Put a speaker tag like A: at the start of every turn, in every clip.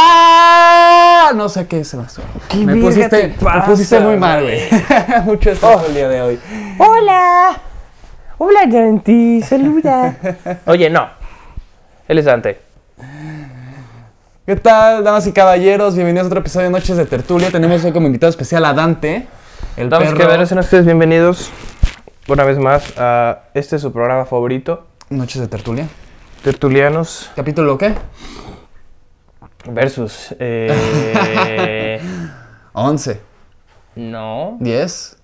A: ¡Ah! No sé qué es más.
B: ¿Qué
A: me,
B: verga
A: pusiste,
B: te
A: me pusiste
B: pasa,
A: muy mal, güey. Mucho estrés el día de hoy.
B: ¡Hola! ¡Hola, Dante! ¡Saluda! Oye, no. Él es Dante.
A: ¿Qué tal, damas y caballeros? Bienvenidos a otro episodio de Noches de Tertulia. Tenemos hoy como invitado especial a Dante, el
B: Damas y
A: perro.
B: caballeros, sean ustedes bienvenidos una vez más a este su programa favorito,
A: Noches de Tertulia.
B: Tertulianos
A: ¿Capítulo qué?
B: versus... eh,
A: 11,
B: no,
A: 10.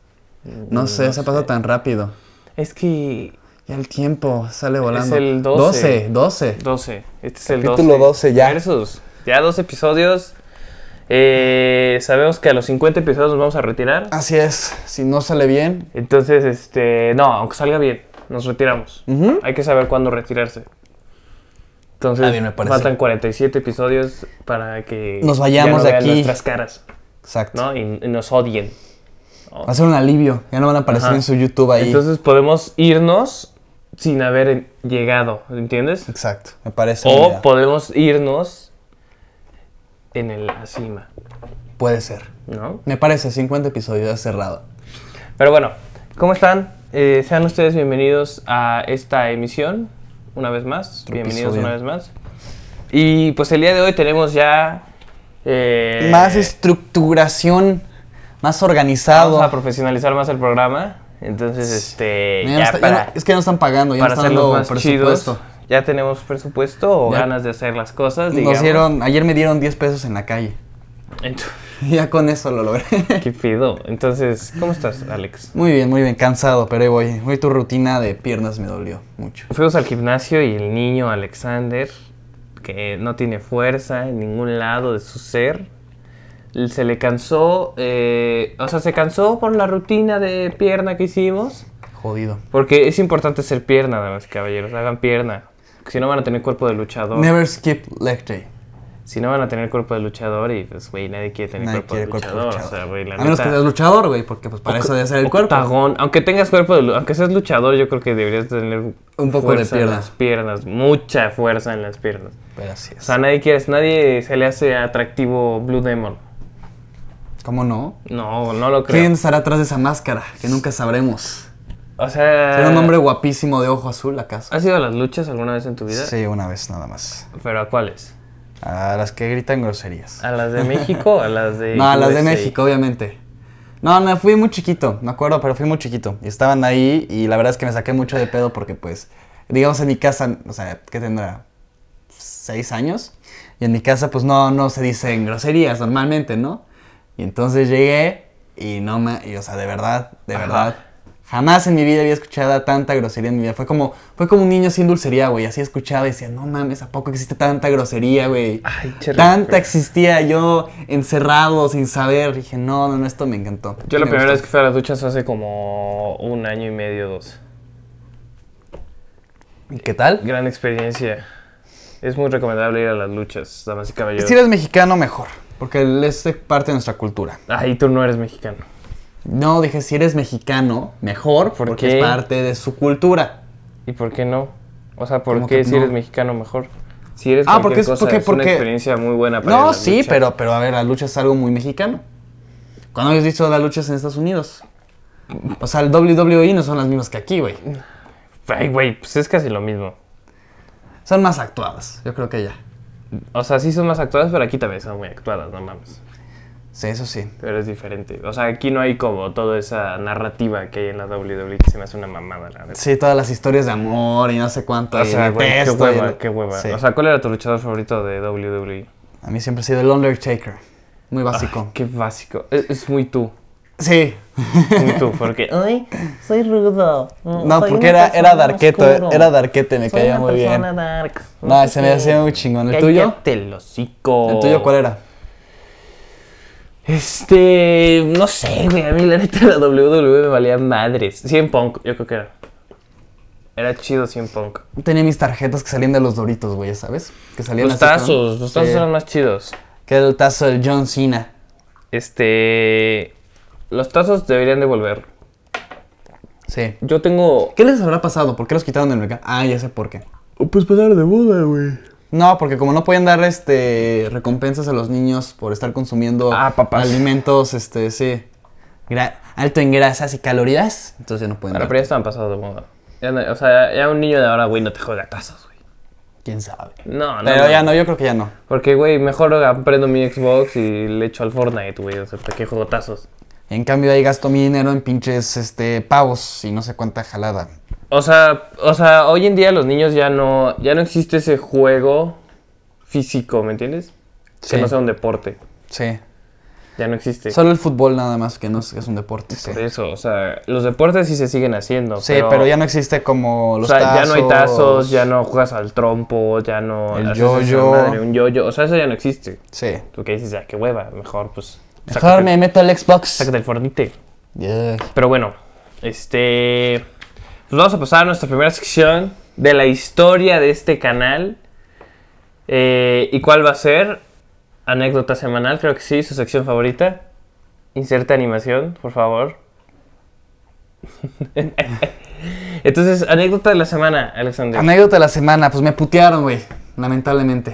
A: No sé, se pasa tan rápido.
B: es que
A: Ya el tiempo sale volando.
B: el 12.
A: 12, 12.
B: 12, este es el
A: Capítulo 12 ya.
B: Versus, ya dos episodios. Eh, sabemos que a los 50 episodios nos vamos a retirar.
A: Así es, si no sale bien.
B: Entonces, este, no, aunque salga bien, nos retiramos.
A: Ujú.
B: Hay que saber cuándo retirarse.
A: Está
B: Entonces,
A: bien, me parece.
B: faltan 47 episodios para que
A: Nos vayamos
B: ya no
A: de
B: vean
A: aquí.
B: nuestras caras,
A: Exacto.
B: ¿no? Y, y nos odien.
A: Va a ser un alivio. Ya no van a aparecer
B: Ajá.
A: en su YouTube ahí.
B: Entonces, podemos irnos sin haber en- llegado, ¿entiendes?
A: Exacto, me parece. una
B: O
A: idea.
B: podemos irnos en el- la cima,
A: Puede ser.
B: ¿no?
A: Me parece, 50 episodios ya cerrado.
B: Pero bueno, ¿cómo están? Eh, sean ustedes bienvenidos a esta emisión, una vez más.
A: Otro
B: bienvenidos
A: episodio.
B: una vez más. Y pues el día de hoy tenemos ya... eh,
A: Más este estructuración, más organizado.
B: Vamos a profesionalizar más el programa. Entonces, este...
A: Mira, no
B: ya
A: está- ya
B: para,
A: no- es que ya no están pagando, ya
B: para
A: no están
B: hacerlos
A: dando
B: más
A: presupuesto.
B: chidos. Ya tenemos presupuesto o
A: Ya.
B: ganas de hacer las cosas, digamos.
A: Nos dieron, ayer me dieron 10 pesos en la calle.
B: Ent-
A: Ya con eso lo logré.
B: ¿Qué pido? Entonces, ¿cómo estás, Alex?
A: Muy bien, muy bien, cansado, pero ahí voy. Hoy tu rutina de piernas me dolió mucho.
B: Fuimos al gimnasio y el niño Alexander, que no tiene fuerza en ningún lado de su ser, se le cansó, eh, o sea, se cansó por la rutina de pierna que hicimos,
A: Jodido.
B: porque es importante hacer pierna, damas y caballeros, hagan pierna, si no van a tener cuerpo de luchador,
A: Never skip leg day.
B: si no van a tener cuerpo de luchador y pues, güey, nadie quiere tener
A: Nadie
B: cuerpo, de
A: quiere cuerpo de
B: luchador,
A: luchador.
B: o sea, güey, la
A: a menos que
B: neta,
A: seas luchador, güey, porque pues para eso debe ser el cuerpo.
B: octagón, aunque tengas cuerpo de lu- aunque seas luchador, yo creo que deberías tener
A: Un poco de
B: fuerza en
A: pierna.
B: las piernas, mucha fuerza en las piernas.
A: Pero así
B: O
A: es.
B: sea, nadie quiere, nadie se le hace atractivo Blue Demon.
A: ¿Cómo no?
B: No, no lo creo. Eh.
A: ¿Quién estará atrás de esa máscara? Que nunca sabremos.
B: O sea,
A: Era un hombre guapísimo de ojo azul, ¿acaso?
B: ¿has ido a las luchas alguna vez en tu vida?
A: Sí, una vez nada más.
B: ¿Pero a cuáles?
A: A las que gritan groserías.
B: ¿A las de México? ¿A las de.?
A: No, a las de
B: USA?
A: México, obviamente. No, no, fui muy chiquito, me acuerdo, pero fui muy chiquito. Y estaban ahí y la verdad es que me saqué mucho de pedo porque, pues, digamos en mi casa, o sea, ¿qué tendrá? Seis años. Y en mi casa, pues, no, no se dicen groserías normalmente, ¿no? Y entonces llegué y no me, y, o sea, de verdad, de
B: Ajá.
A: verdad. Jamás en mi vida había escuchado tanta grosería en mi vida. Fue como, fue como un niño sin dulcería, güey. Así escuchaba y decía, no mames, ¿a poco existe tanta grosería, güey?
B: Ay, che,
A: Tanta
B: rico.
A: existía yo encerrado sin saber. Dije, no, no, no, esto me encantó.
B: Yo la
A: Me
B: primera
A: gustó.
B: vez que fui a las luchas fue hace como un año y medio, dos.
A: ¿Y ¿Qué tal?
B: Gran experiencia. Es muy recomendable ir a las luchas, damas y caballeros.
A: Si eres mexicano, mejor. Porque es parte de nuestra cultura.
B: Ay, tú no eres mexicano.
A: No, dije, si eres mexicano, mejor.
B: ¿Por
A: porque
B: qué?
A: es parte de su cultura.
B: ¿Y por qué no? O sea, ¿por
A: ¿Cómo
B: qué
A: que
B: si
A: no?
B: eres mexicano mejor? Si eres
A: Ah,
B: cualquier
A: porque es-
B: cosa,
A: porque-
B: es una
A: porque-
B: experiencia muy buena para ir a
A: No,
B: la
A: sí,
B: lucha.
A: pero, pero a ver, la lucha es algo muy mexicano. Cuando habéis visto las luchas en Estados Unidos. O sea, el WWE no son las mismas que aquí, güey.
B: Ay, güey, pues es casi lo mismo.
A: Son más actuadas, yo creo que ya.
B: O sea, sí son más actuadas, pero aquí también son muy actuadas, no mames.
A: Sí, eso sí.
B: Pero es diferente. O sea, aquí no hay como toda esa narrativa que hay en la WWE que se me hace una mamada, la neta.
A: Sí, todas las historias de amor y no sé cuánto.
B: O
A: y
B: sea, güey, qué
A: detesto y-
B: hueva, qué hueva.
A: Sí.
B: O sea, ¿cuál era tu luchador favorito de WWE?
A: a mí siempre ha sido el Undertaker. Muy básico.
B: Qué básico. Es, es muy tú.
A: Sí.
B: Muy tú, porque.
C: Ay, soy rudo.
B: Mm,
A: No, porque era, era Darqueto, eh, era Darquete, me caía muy bien.
C: dark.
A: No, se me hacía muy chingón. ¿El tuyo?
B: Cállate el hocico.
A: ¿El tuyo cuál era?
B: Este. No sé, güey. A mí la neta la WWE me valía madres. 100 Punk, yo creo que era. Era chido 100 Punk.
A: Tenía mis tarjetas que salían de los Doritos, güey, ¿sabes? Que salían
B: Los
A: así con-
B: tazos, los
A: Sí.
B: tazos eran más chidos.
A: Que era el tazo del John Cena.
B: Este. Los tazos deberían devolver.
A: Sí.
B: Yo tengo. Oh,
A: ¿Qué les habrá pasado? ¿Por qué los quitaron del mercado? Ah, ya sé por qué.
B: Pues pasaron de moda, güey.
A: No, porque como no pueden dar este recompensas a los niños por estar consumiendo
B: Ah, papas.
A: alimentos, este, sí. gra- alto en grasas y calorías, entonces ya no pueden
B: Ahora,
A: dar.
B: pero ya estaban pasados de moda. Ya no- o sea, ya un niño de ahora, güey, no te juega tazos, güey.
A: ¿Quién sabe?
B: No, no.
A: Pero ya no, yo creo que ya no.
B: Porque, güey, mejor aprendo mi Xbox y le echo al Fortnite, güey. O sea, ¿para qué juego tazos?
A: En cambio ahí gasto mi dinero en pinches este pavos y no sé cuánta jalada.
B: O sea, o sea, hoy en día los niños ya no, ya no existe ese juego físico, ¿me entiendes?
A: Sí.
B: Que no sea un deporte.
A: Sí.
B: Ya no existe.
A: Solo el fútbol nada más que no es, es un deporte. Sí,
B: Por eso, o sea, los deportes sí se siguen haciendo.
A: Sí, pero, ya no existe como
B: O
A: los
B: sea,
A: tazos.
B: ya no hay tazos, ya no juegas al trompo, ya no.
A: El
B: haces esa
A: yo-yo.
B: madre, Un yo-yo. O sea, eso ya no existe.
A: Sí.
B: Tú que dices, ya, qué hueva. Mejor, pues.
A: Mejor
B: sácate-
A: me meto al Xbox.
B: Sácate el fornite.
A: Yeah.
B: Pero bueno, este. Pues vamos a pasar a nuestra primera sección de la historia de este canal. Eh, ¿Y cuál va a ser? Anécdota semanal, creo que sí, su sección favorita. Inserta animación, por favor. Entonces, anécdota de la semana, Alexander.
A: Anécdota de la semana, pues me putearon, güey. Lamentablemente.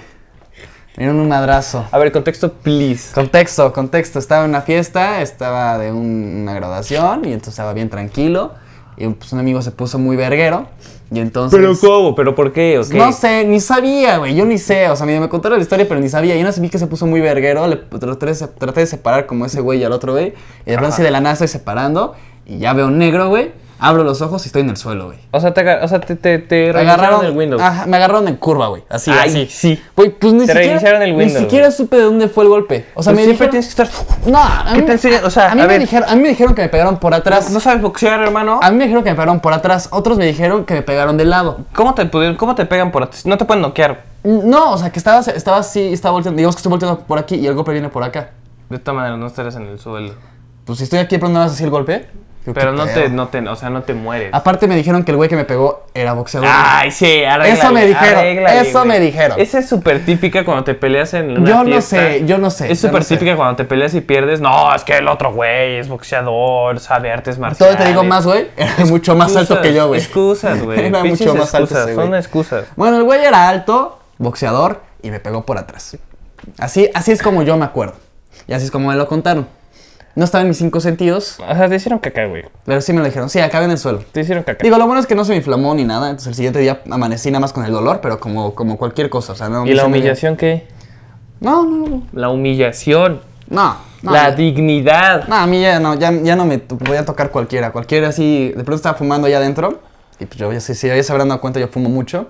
A: Me dieron un madrazo.
B: A ver, contexto, please.
A: Contexto, contexto. Estaba en una fiesta, estaba de un- una graduación y entonces estaba bien tranquilo. Y pues un amigo se puso muy verguero. Y entonces. pues,
B: cómo, pero por qué, ¿O qué?
A: No sé, ni sabía, güey. Yo ni sé. O sea, medio me contaron la historia, pero ni sabía. Yo no sé, vi que se puso muy verguero. Le pues, traté de, se- traté de separar como ese güey y al otro güey. Y de pronto así de la nada estoy separando. Y ya veo negro, güey. Abro los ojos y estoy en el suelo, güey.
B: O sea, te, aga- o sea, te, te, te
A: Me
B: revisaron
A: agarraron Ah,
B: el Windows.
A: Ajá, me agarraron en curva, güey. Así,
B: Ay,
A: así.
B: sí.
A: Güey, pues ni
B: Te revisaron
A: siquiera.
B: el Windows,
A: ni siquiera
B: güey.
A: supe de dónde fue el golpe. O sea,
B: Pues
A: me
B: siempre
A: dijeron.
B: tienes que estar.
A: No, a
B: ¿Qué
A: mí,
B: te enseñan? O sea,
A: a mí
B: a
A: me
B: ver.
A: dijeron, a mí me dijeron que me pegaron por atrás.
B: No sabes boxear, hermano.
A: A mí me dijeron que me pegaron por atrás. Otros me dijeron que me pegaron de lado.
B: ¿Cómo te pudieron, cómo te pegan por atrás? No te pueden noquear
A: No, o sea, que estaba, estaba así, estaba volteando. Digamos que estoy volteando por aquí y el golpe viene por acá.
B: de esta manera, no estarás en el suelo.
A: Pues si estoy aquí, pero no vas así el golpe. Digo,
B: Pero
A: ¿qué
B: no
A: pedo?
B: te, no te, o sea, no te mueres.
A: Aparte me dijeron que el güey que me pegó era boxeador.
B: Ay, sí, arréglale,
A: Eso me dijeron,
B: arréglale,
A: eso
B: güey.
A: me dijeron.
B: Esa es súper típica cuando te peleas en una
A: Yo no
B: fiesta.
A: sé, yo no sé,
B: Es
A: yo no
B: súper
A: sé.
B: típica cuando te peleas y pierdes. No, es que el otro güey es boxeador, sabe artes marciales.
A: Todo te digo más, güey. Era mucho más alto que yo, güey.
B: Excusas, güey.
A: Era
B: Pinches
A: mucho más alto
B: excusas,
A: ese
B: Son
A: güey.
B: excusas.
A: Bueno, el güey era alto, boxeador, y me pegó por atrás. Así, así es como yo me acuerdo. Y así es como me lo contaron. No estaba en mis cinco sentidos,
B: O sea, te hicieron caca, güey.
A: pero sí me lo dijeron. Sí, acabé en el suelo.
B: Te hicieron caca.
A: Digo, lo bueno es que no se me inflamó ni nada. Entonces el siguiente día amanecí nada más con el dolor, pero como, como cualquier cosa. O sea, no
B: ¿Y la
A: se me-
B: humillación qué?
A: No, no, no.
B: La humillación.
A: No, no,
B: la
A: no.
B: dignidad.
A: No, a mí ya no, ya, ya no me t- voy a tocar cualquiera. Cualquiera así, de pronto estaba fumando allá adentro. Y pues yo, ya sé, si ya se habrán dado cuenta, yo fumo mucho.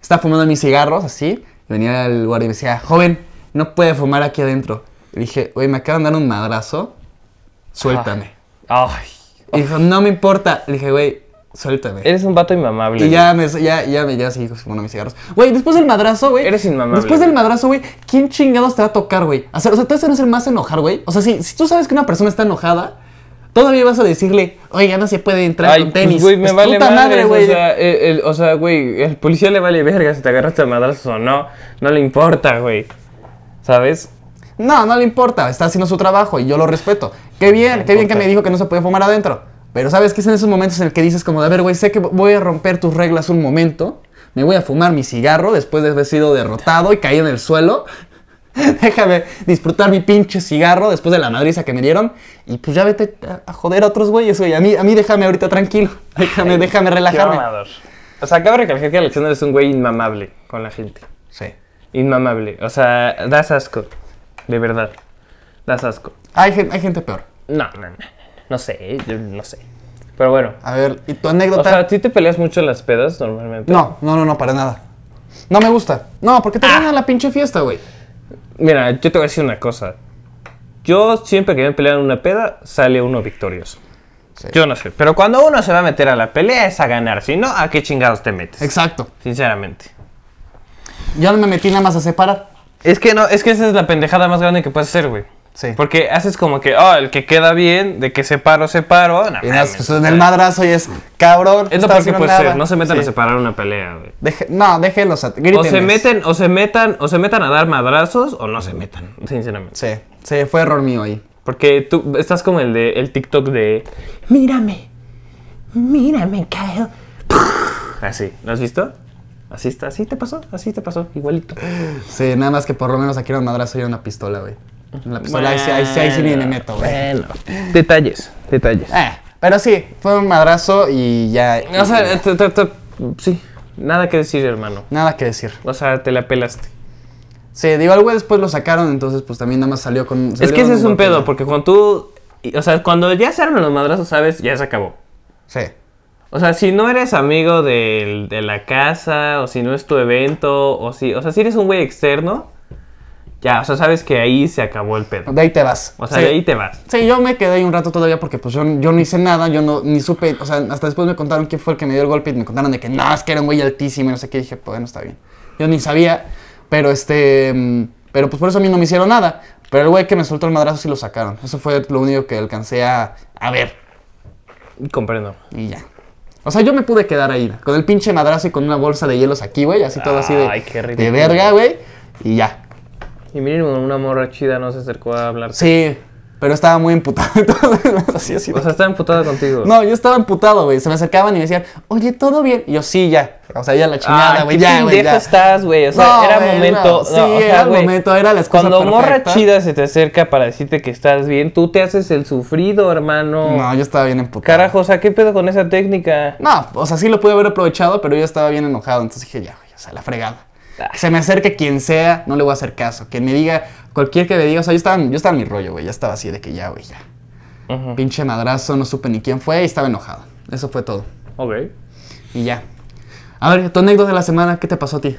A: Estaba fumando mis cigarros así. y venía el guardia y me decía, joven, no puede fumar aquí adentro. Y dije, oye, me acaban de dar un madrazo, suéltame.
B: Ay,
A: Y dijo, no me importa. Le dije, güey, suéltame.
B: eres un vato inmamable.
A: Y ya me, ya, ya pues, me, ya seguí fumando mis cigarros. Güey, después del madrazo, güey.
B: Eres inmamable,
A: Después del
B: güey.
A: madrazo, güey, ¿quién chingados te va a tocar, güey? O sea, o sea, te vas a hacer más enojar, güey. O sea, si, si tú sabes que una persona está enojada, todavía vas a decirle, oiga, no se puede entrar
B: Ay,
A: con
B: pues,
A: tenis.
B: güey, me
A: Es
B: vale
A: puta madre, güey.
B: O sea, eh, el- o sea, güey, el policía le vale verga si te agarraste a madrazos o no. No le importa, güey. ¿Sabes?
A: No, no le importa, está haciendo su trabajo y yo lo respeto. Qué bien, qué bien que me dijo que no se puede fumar adentro. Pero sabes que es en esos momentos en el que dices como, de, a ver, güey, sé que voy a romper tus reglas un momento, me voy a fumar mi cigarro después de haber sido derrotado y caí en el suelo. Déjame disfrutar mi pinche cigarro después de la madriza que me dieron y pues ya vete a- a joder a otros güeyes, güey. A mí, a mí déjame ahorita tranquilo, déjame, déjame
B: Qué
A: relajarme.
B: mamador. O sea, acabo de recalcar que Alexander es un güey inmamable con la gente.
A: Sí.
B: Inmamable. O sea, das asco. De verdad. Das asco.
A: Hay, gen- hay gente peor.
B: No, no, no. No sé, yo no sé. Pero bueno.
A: A ver, ¿y tu
B: O
A: anécdota?
B: sea, ¿a ti te peleas mucho en las pedas normalmente?
A: No, no, no, no, para nada. No me gusta. No, porque te
B: Ah.
A: ganan la pinche fiesta, güey.
B: Mira, yo te voy a decir una cosa. Yo siempre que me pelean en una peda, sale uno victorioso.
A: Sí.
B: Yo no sé. Pero cuando uno se va a meter a la pelea es a ganar. Si no, ¿a qué chingados te metes?
A: Exacto.
B: Sinceramente.
A: Yo no me metí nada más a separar.
B: Es que no, es que esa es la pendejada más grande que puedes hacer, güey.
A: Sí.
B: Porque haces como que, oh, el que queda bien, de que separo, separo. No,
A: Y nada,
B: mames.
A: pues, en el madrazo y es, cabrón.
B: es lo
A: estás
B: peor que
A: haciendo
B: puede
A: nada.
B: ser. No se metan
A: Sí.
B: a separar una pelea, güey.
A: Deje- no, déjenlos. a-
B: O se
A: grítenles.
B: meten, o se metan, o se metan a dar madrazos, o no se metan, sinceramente.
A: Sí, sí, fue error mío ahí.
B: Porque tú estás como el de el TikTok de Mírame, mírame, Kyle. Así, ¿lo has visto? Así está, así te pasó, así te pasó, igualito.
A: Pues Sí, nada más que por lo menos aquí era un madrazo y era una pistola, güey. La pistola ahí sí- ahí sí ahí sí ni me meto, güey.
B: Bueno. Detalles, detalles.
A: Eh, pero sí, fue un madrazo y ya.
B: O sea, eh, te- te- te- sí, nada que decir, hermano.
A: Nada que decir.
B: O sea, te la pelaste.
A: Sí, digo, al güey después lo sacaron, entonces pues también nada más salió con...
B: Es
A: salió
B: que ese
A: con
B: es un
A: golpe.
B: pedo, porque cuando tú. y- O sea, cuando ya se arman los madrazos, sabes, ya se acabó.
A: Sí.
B: O sea, si no eres amigo del- de la casa, o si no es tu evento, o si. O sea, si eres un güey externo, ya, o sea, sabes que ahí se acabó el pedo.
A: De ahí te vas.
B: O sea,
A: Sí.
B: de ahí te vas.
A: Sí, yo me quedé ahí un rato todavía porque pues yo, yo no hice nada, yo no, ni supe, o sea, hasta después me contaron quién fue el que me dio el golpe y me contaron de que no, es que era un güey altísimo y no sé qué, y dije, pues bueno, está bien. Yo ni sabía, pero este, mm, pero pues por eso a mí no me hicieron nada, pero el güey que me soltó el madrazo sí lo sacaron, eso fue lo único que alcancé a, a ver
B: Comprendo.
A: y ya. O sea, yo me pude quedar ahí, con el pinche madrazo y con una bolsa de hielos aquí, güey, así todo así de,
B: Ay, qué ridículo.
A: de verga, güey, y ya.
B: Y miren, una morra chida no se acercó a hablar.
A: Sí, pero estaba muy emputado, entonces así, así de-
B: O sea, está emputada contigo.
A: No, yo estaba emputado, güey. Se me acercaban y me decían, oye, ¿todo bien? Y yo, sí, ya. O sea, ya la chingada,
B: Ah,
A: güey,
B: qué
A: ya, güey,
B: pendejo
A: ya.
B: estás, güey. O sea,
A: No,
B: era
A: güey,
B: momento.
A: no.
B: no,
A: Sí,
B: o sea,
A: era el
B: güey,
A: momento, era la excusa
B: Cuando morra
A: perfecta.
B: chida se te acerca para decirte que estás bien, tú te haces el sufrido, hermano.
A: No, yo estaba bien emputado.
B: Carajo, o sea, ¿qué pedo con esa técnica?
A: No, o sea, sí lo pude haber aprovechado, pero yo estaba bien enojado. Entonces dije, ya, güey, o sea, la fregada.
B: Ah.
A: Se me acerque quien sea, no le voy a hacer caso. Quien me diga, cualquier que me diga, o sea, yo estaba, yo estaba en mi rollo, güey. Ya estaba así de que ya, güey, ya.
B: Ujú.
A: Pinche madrazo, no supe ni quién fue y estaba enojado. Eso fue todo.
B: Ok.
A: Y ya. A ver, tu anécdota de la semana, ¿qué te pasó a ti?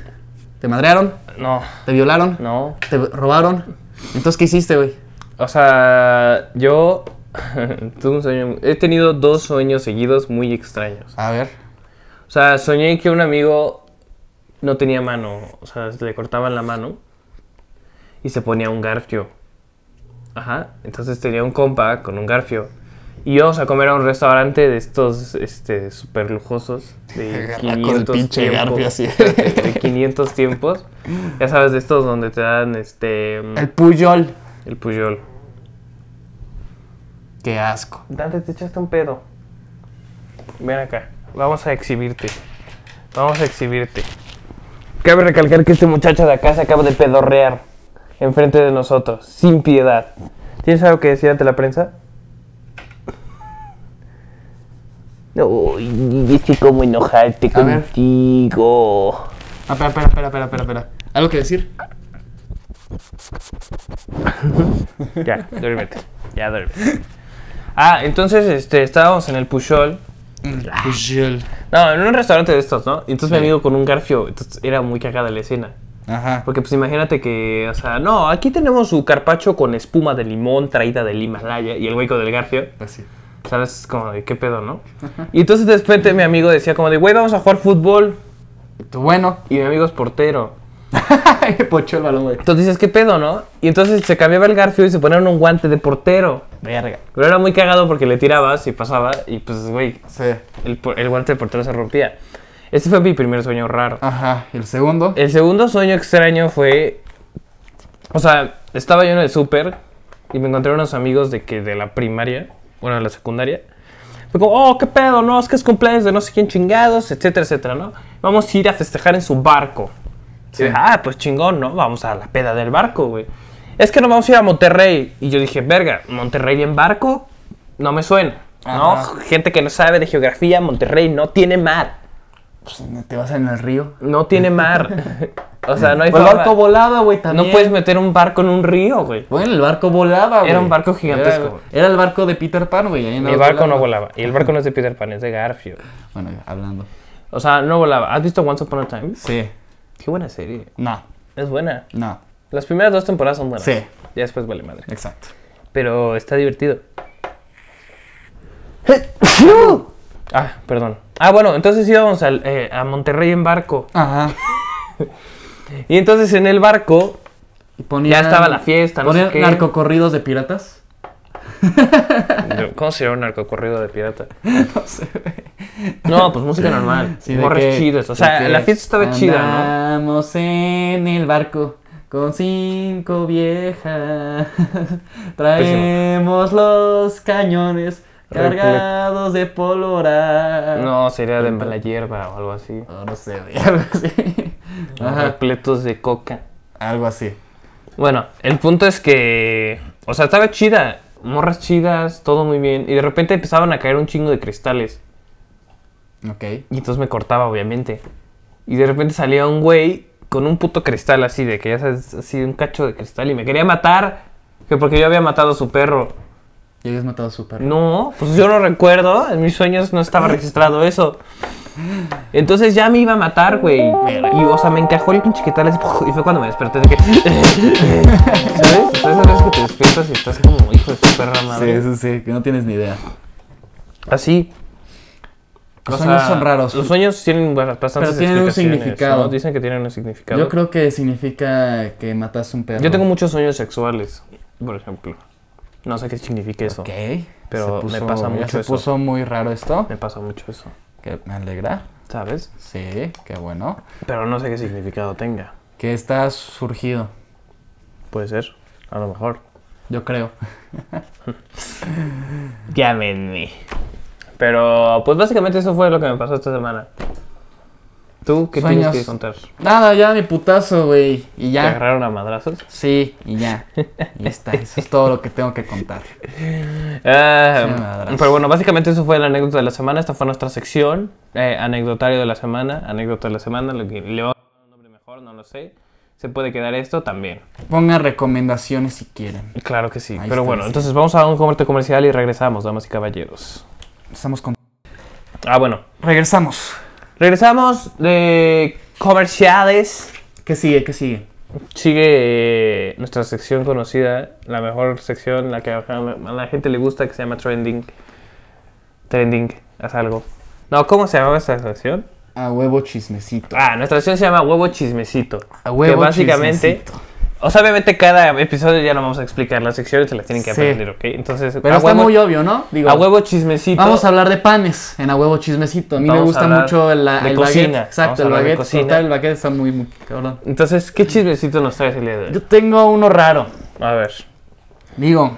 A: ¿Te madrearon?
B: No,
A: ¿Te violaron?
B: no.
A: ¿Te robaron? Entonces, ¿qué hiciste, güey?
B: O sea, yo tuve un sueño. He tenido dos sueños seguidos muy extraños.
A: A ver.
B: O sea, soñé que un amigo no tenía mano. O sea, le cortaban la mano y se ponía un garfio. Ajá. Entonces tenía un compa con un garfio. Y íbamos a comer a un restaurante de estos este, super lujosos. De
A: Agarra con el
B: 500
A: pinche
B: tiempos,
A: garfio así.
B: De 500 tiempos. Ya sabes, de estos donde te dan este.
A: El Puyol.
B: El puyol.
A: Qué asco.
B: Dante, te echaste un pedo. Ven acá. Vamos a exhibirte. Vamos a exhibirte. Cabe recalcar que este muchacho de acá se acaba de pedorrear enfrente de nosotros, sin piedad. ¿Tienes algo que decir ante la prensa? No, yo sé cómo enojarte
A: A ver.
B: contigo.
A: Ah, espera, espera, espera, espera, espera, espera. ¿Algo que decir?
B: Ya, duérmete. Ya, duérmete. Ah, entonces este, estábamos en el Puchol.
A: Mm. Puyol.
B: No, en un restaurante de estos, ¿no? Y entonces mi
A: Sí.
B: amigo con un garfio, entonces era muy cagada la escena.
A: Ajá.
B: Porque pues imagínate que, o sea, no, aquí tenemos su carpacho con espuma de limón traída del Himalaya y el hueco del garfio,
A: Así.
B: ¿sabes? Como de qué pedo, ¿no? Y entonces de repente mi amigo decía como de, güey, vamos a jugar fútbol.
A: Tú, bueno.
B: Y mi amigo es portero.
A: Pochó el balón, güey.
B: Entonces dices, ¿qué pedo, no? Y entonces se cambiaba el garfio y se ponían un guante de portero.
A: Verga.
B: Pero era muy cagado porque le tirabas y pasaba y pues, güey,
A: Sí.
B: el, por- el guante de portero se rompía. Ese fue mi primer sueño raro.
A: Ajá. ¿Y el segundo?
B: El segundo sueño extraño fue. O sea, estaba yo en el súper y me encontré unos amigos de que de la primaria, bueno, de la secundaria. Fue como, oh, qué pedo, no, es que es cumpleaños de no sé quién chingados, etcétera, etcétera, ¿no? Vamos a ir a festejar en su barco. Y dije, ah, pues chingón, ¿no? Vamos a la peda del barco, güey. Es que nos vamos a ir a Monterrey. Y yo dije, verga, ¿Monterrey en barco? No me suena, ¿no?
A: Ajá.
B: Gente que no sabe de geografía, Monterrey no tiene mar.
A: Pues, te vas en el río.
B: No tiene mar. o sea, no hay
A: O el
B: forma-
A: Pues barco volaba, güey, también.
B: no puedes meter un barco en un río, güey.
A: Bueno, el barco volaba, güey.
B: Era un barco gigantesco,
A: Era-
B: güey.
A: Era, el barco de Peter Pan, güey. ahí
B: Mi
A: no
B: barco no volaba. Y el barco no es de Peter Pan, es de Garfio.
A: Bueno, ya, hablando.
B: O sea, no volaba. ¿Has visto Once Upon a Time?
A: Sí.
B: Qué buena serie.
A: No.
B: Es buena.
A: No.
B: Las primeras dos temporadas son buenas.
A: Sí.
B: Ya después vale madre.
A: Exacto.
B: Pero está divertido. Ah, perdón. Ah, bueno, entonces íbamos al, eh, a Monterrey en barco.
A: Ajá.
B: Y entonces en el barco
A: Y ponían-
B: Ya estaba la fiesta, no
A: ponían
B: sé qué.
A: narcocorridos de piratas.
B: ¿Cómo sería un narcocorrido de pirata?
A: No sé, güey.
B: No, pues música normal.
A: Sí, de
B: Morras
A: que-
B: chidas. O
A: de
B: sea,
A: que
B: la fiesta estaba chida,
A: Andamos en el barco con cinco viejas. Traemos los cañones
B: Recle-
A: Cargados de pólvora.
B: No, sería de mala hierba o algo así.
A: No, no sé, güey, algo así. Ajá,
B: Repletos de coca.
A: algo así.
B: Bueno, el punto es que. O sea, estaba chida. Morras chidas, todo muy bien. Y de repente empezaban a caer un chingo de cristales.
A: Ok.
B: Y entonces me cortaba, obviamente. Y de repente salía un güey con un puto cristal así, de que ya sabes, así un cacho de cristal. Y me quería matar. Que porque yo había matado a su perro.
A: Y habías matado a su perro.
B: No, pues yo no recuerdo. En mis sueños no
A: Ah.
B: estaba registrado eso. Entonces ya me iba a matar, güey. Y, o sea, me encajó el pinche que tal. Y fue cuando me desperté de que. ¿Sabes? ¿Sabes esas veces que te despiertas y estás como hijo de su perra
A: Sí,
B: madre?
A: sí, sí, que no tienes ni idea.
B: Así.
A: Los
B: O
A: sueños
B: sea,
A: son raros.
B: Los sueños tienen ba- bastantes
A: Pero tienen un
B: explicaciones,
A: significado.
B: ¿no? Dicen que tienen un significado.
A: Yo creo que significa que mataste un perro.
B: Yo tengo muchos sueños sexuales, por ejemplo. No sé qué significa eso.
A: Ok.
B: Pero
A: Se
B: me pasa
A: ya
B: mucho
A: se
B: eso.
A: puso muy raro esto.
B: Me pasa mucho eso,
A: Que me alegra.
B: ¿sabes?
A: Sí, qué bueno.
B: Pero no sé qué significado tenga.
A: Que está surgido,
B: Puede ser, a lo mejor.
A: yo creo.
B: Llámenme. Pero, pues básicamente eso fue lo que me pasó esta semana. ¿Tú qué
A: Sueños.
B: tienes que contar?
A: Nada, ya mi putazo, güey. Y
B: ¿Te
A: ya.
B: agarraron a madrazos?
A: Sí, y ya. Y está. Eso es todo lo que tengo que contar.
B: Ah,
A: Sí, madrazos.
B: pero bueno, básicamente eso fue la anécdota de la semana. Esta fue nuestra sección. eh, anecdotario de la semana. Anécdota de la semana. Lo que le va a dar un nombre mejor, no lo sé. Se puede quedar esto también.
A: Pongan recomendaciones si quieren.
B: Claro que sí.
A: Ahí
B: pero
A: está,
B: bueno,
A: sí.
B: entonces vamos a un corte comercial y regresamos, damas y caballeros.
A: Estamos con.
B: Ah, bueno.
A: Regresamos.
B: Regresamos de comerciales.
A: ¿Qué sigue? ¿Qué sigue?
B: Sigue eh, nuestra sección conocida, la mejor sección, la que a a la gente le gusta, que se llama Trending. Trending, haz algo. No, ¿cómo se llama esta sección?
A: A huevo chismecito.
B: Ah, nuestra sección se llama Huevo Chismecito.
A: A huevo
B: que básicamente.
A: chismecito.
B: O sea, obviamente cada episodio ya lo vamos a explicar, las secciones se las tienen que
A: Sí.
B: aprender, ¿ok? Entonces,
A: Pero
B: a,
A: está
B: huevo,
A: muy obvio, ¿no? Digo,
B: a huevo Chismecito.
A: Vamos a hablar de panes en a huevo chismecito. A mí
B: Vamos a
A: me gusta
B: hablar
A: mucho la,
B: de
A: el
B: cocina.
A: baguette.
B: Vamos a
A: Exacto, el
B: hablar de
A: baguette.
B: cocina.
A: Total, el baguette está muy, muy cabrón.
B: Entonces, ¿qué chismecito nos traes el día de hoy?
A: Yo Pues, tengo uno raro.
B: A ver.
A: Digo,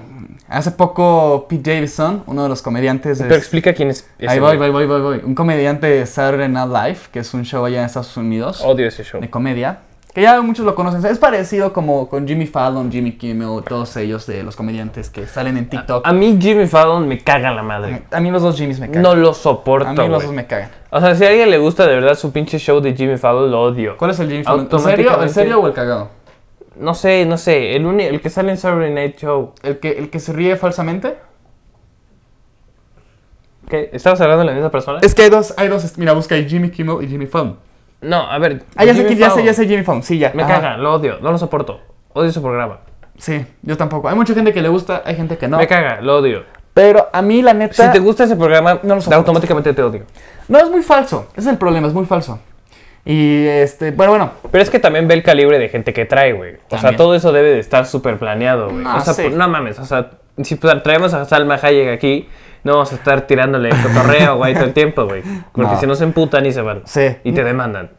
A: hace poco Pete Davidson, uno de los comediantes de...
B: Pero explica quién es. ese
A: Ahí voy,
B: güey.
A: voy, voy, voy, voy. Un comediante de Saturday Night Live, que es un show allá en Estados Unidos
B: Odio ese show.
A: de comedia, que ya muchos lo conocen. Es parecido como con Jimmy Fallon, Jimmy Kimmel, todos ellos de los comediantes que salen en TikTok.
B: A mí Jimmy Fallon me caga la madre.
A: A mí los dos Jimmys me cagan.
B: No lo
A: a
B: soporto,
A: mí los
B: güey.
A: dos me cagan.
B: O sea, si a alguien le gusta de verdad su pinche show de Jimmy Fallon, lo odio.
A: ¿Cuál es el Jimmy Fallon? ¿En serio? ¿En
B: Automáticamente-
A: serio o el cagado?
B: No sé, no sé. El, uni- el que sale en Saturday Night Show.
A: ¿El que, ¿El que se ríe falsamente?
B: ¿Qué? ¿Estabas hablando de la misma persona?
A: Es que hay dos, hay dos, mira, busca ahí Jimmy Kimmel y Jimmy Fallon.
B: No, a ver.
A: Ah, ya sé,
B: Jimmy
A: que- ya sé,
B: Fallon.
A: ya sé Jimmy Fallon, sí, ya.
B: Me
A: Ajá.
B: caga, lo odio. No lo soporto. Odio su programa.
A: Sí, yo tampoco. Hay mucha gente que le gusta, hay gente que no.
B: Me caga, lo odio.
A: Pero a mí, la neta,
B: Si te gusta ese programa,
A: No lo soporto.
B: automáticamente te odio.
A: no es muy falso. Ese es el problema, es muy falso. Y este, bueno, bueno,
B: Pero es que también ve el calibre de gente que trae, güey. O sea,
A: También.
B: todo eso debe de estar súper planeado, güey.
A: Ah,
B: o sea,
A: sí.
B: por- no mames, o sea, si tra- traemos a Salma Hayek aquí, no vamos a estar tirándole cotorreo, güey, todo el tiempo, güey. Porque
A: No.
B: si no se emputan y se van.
A: Sí.
B: Y te demandan.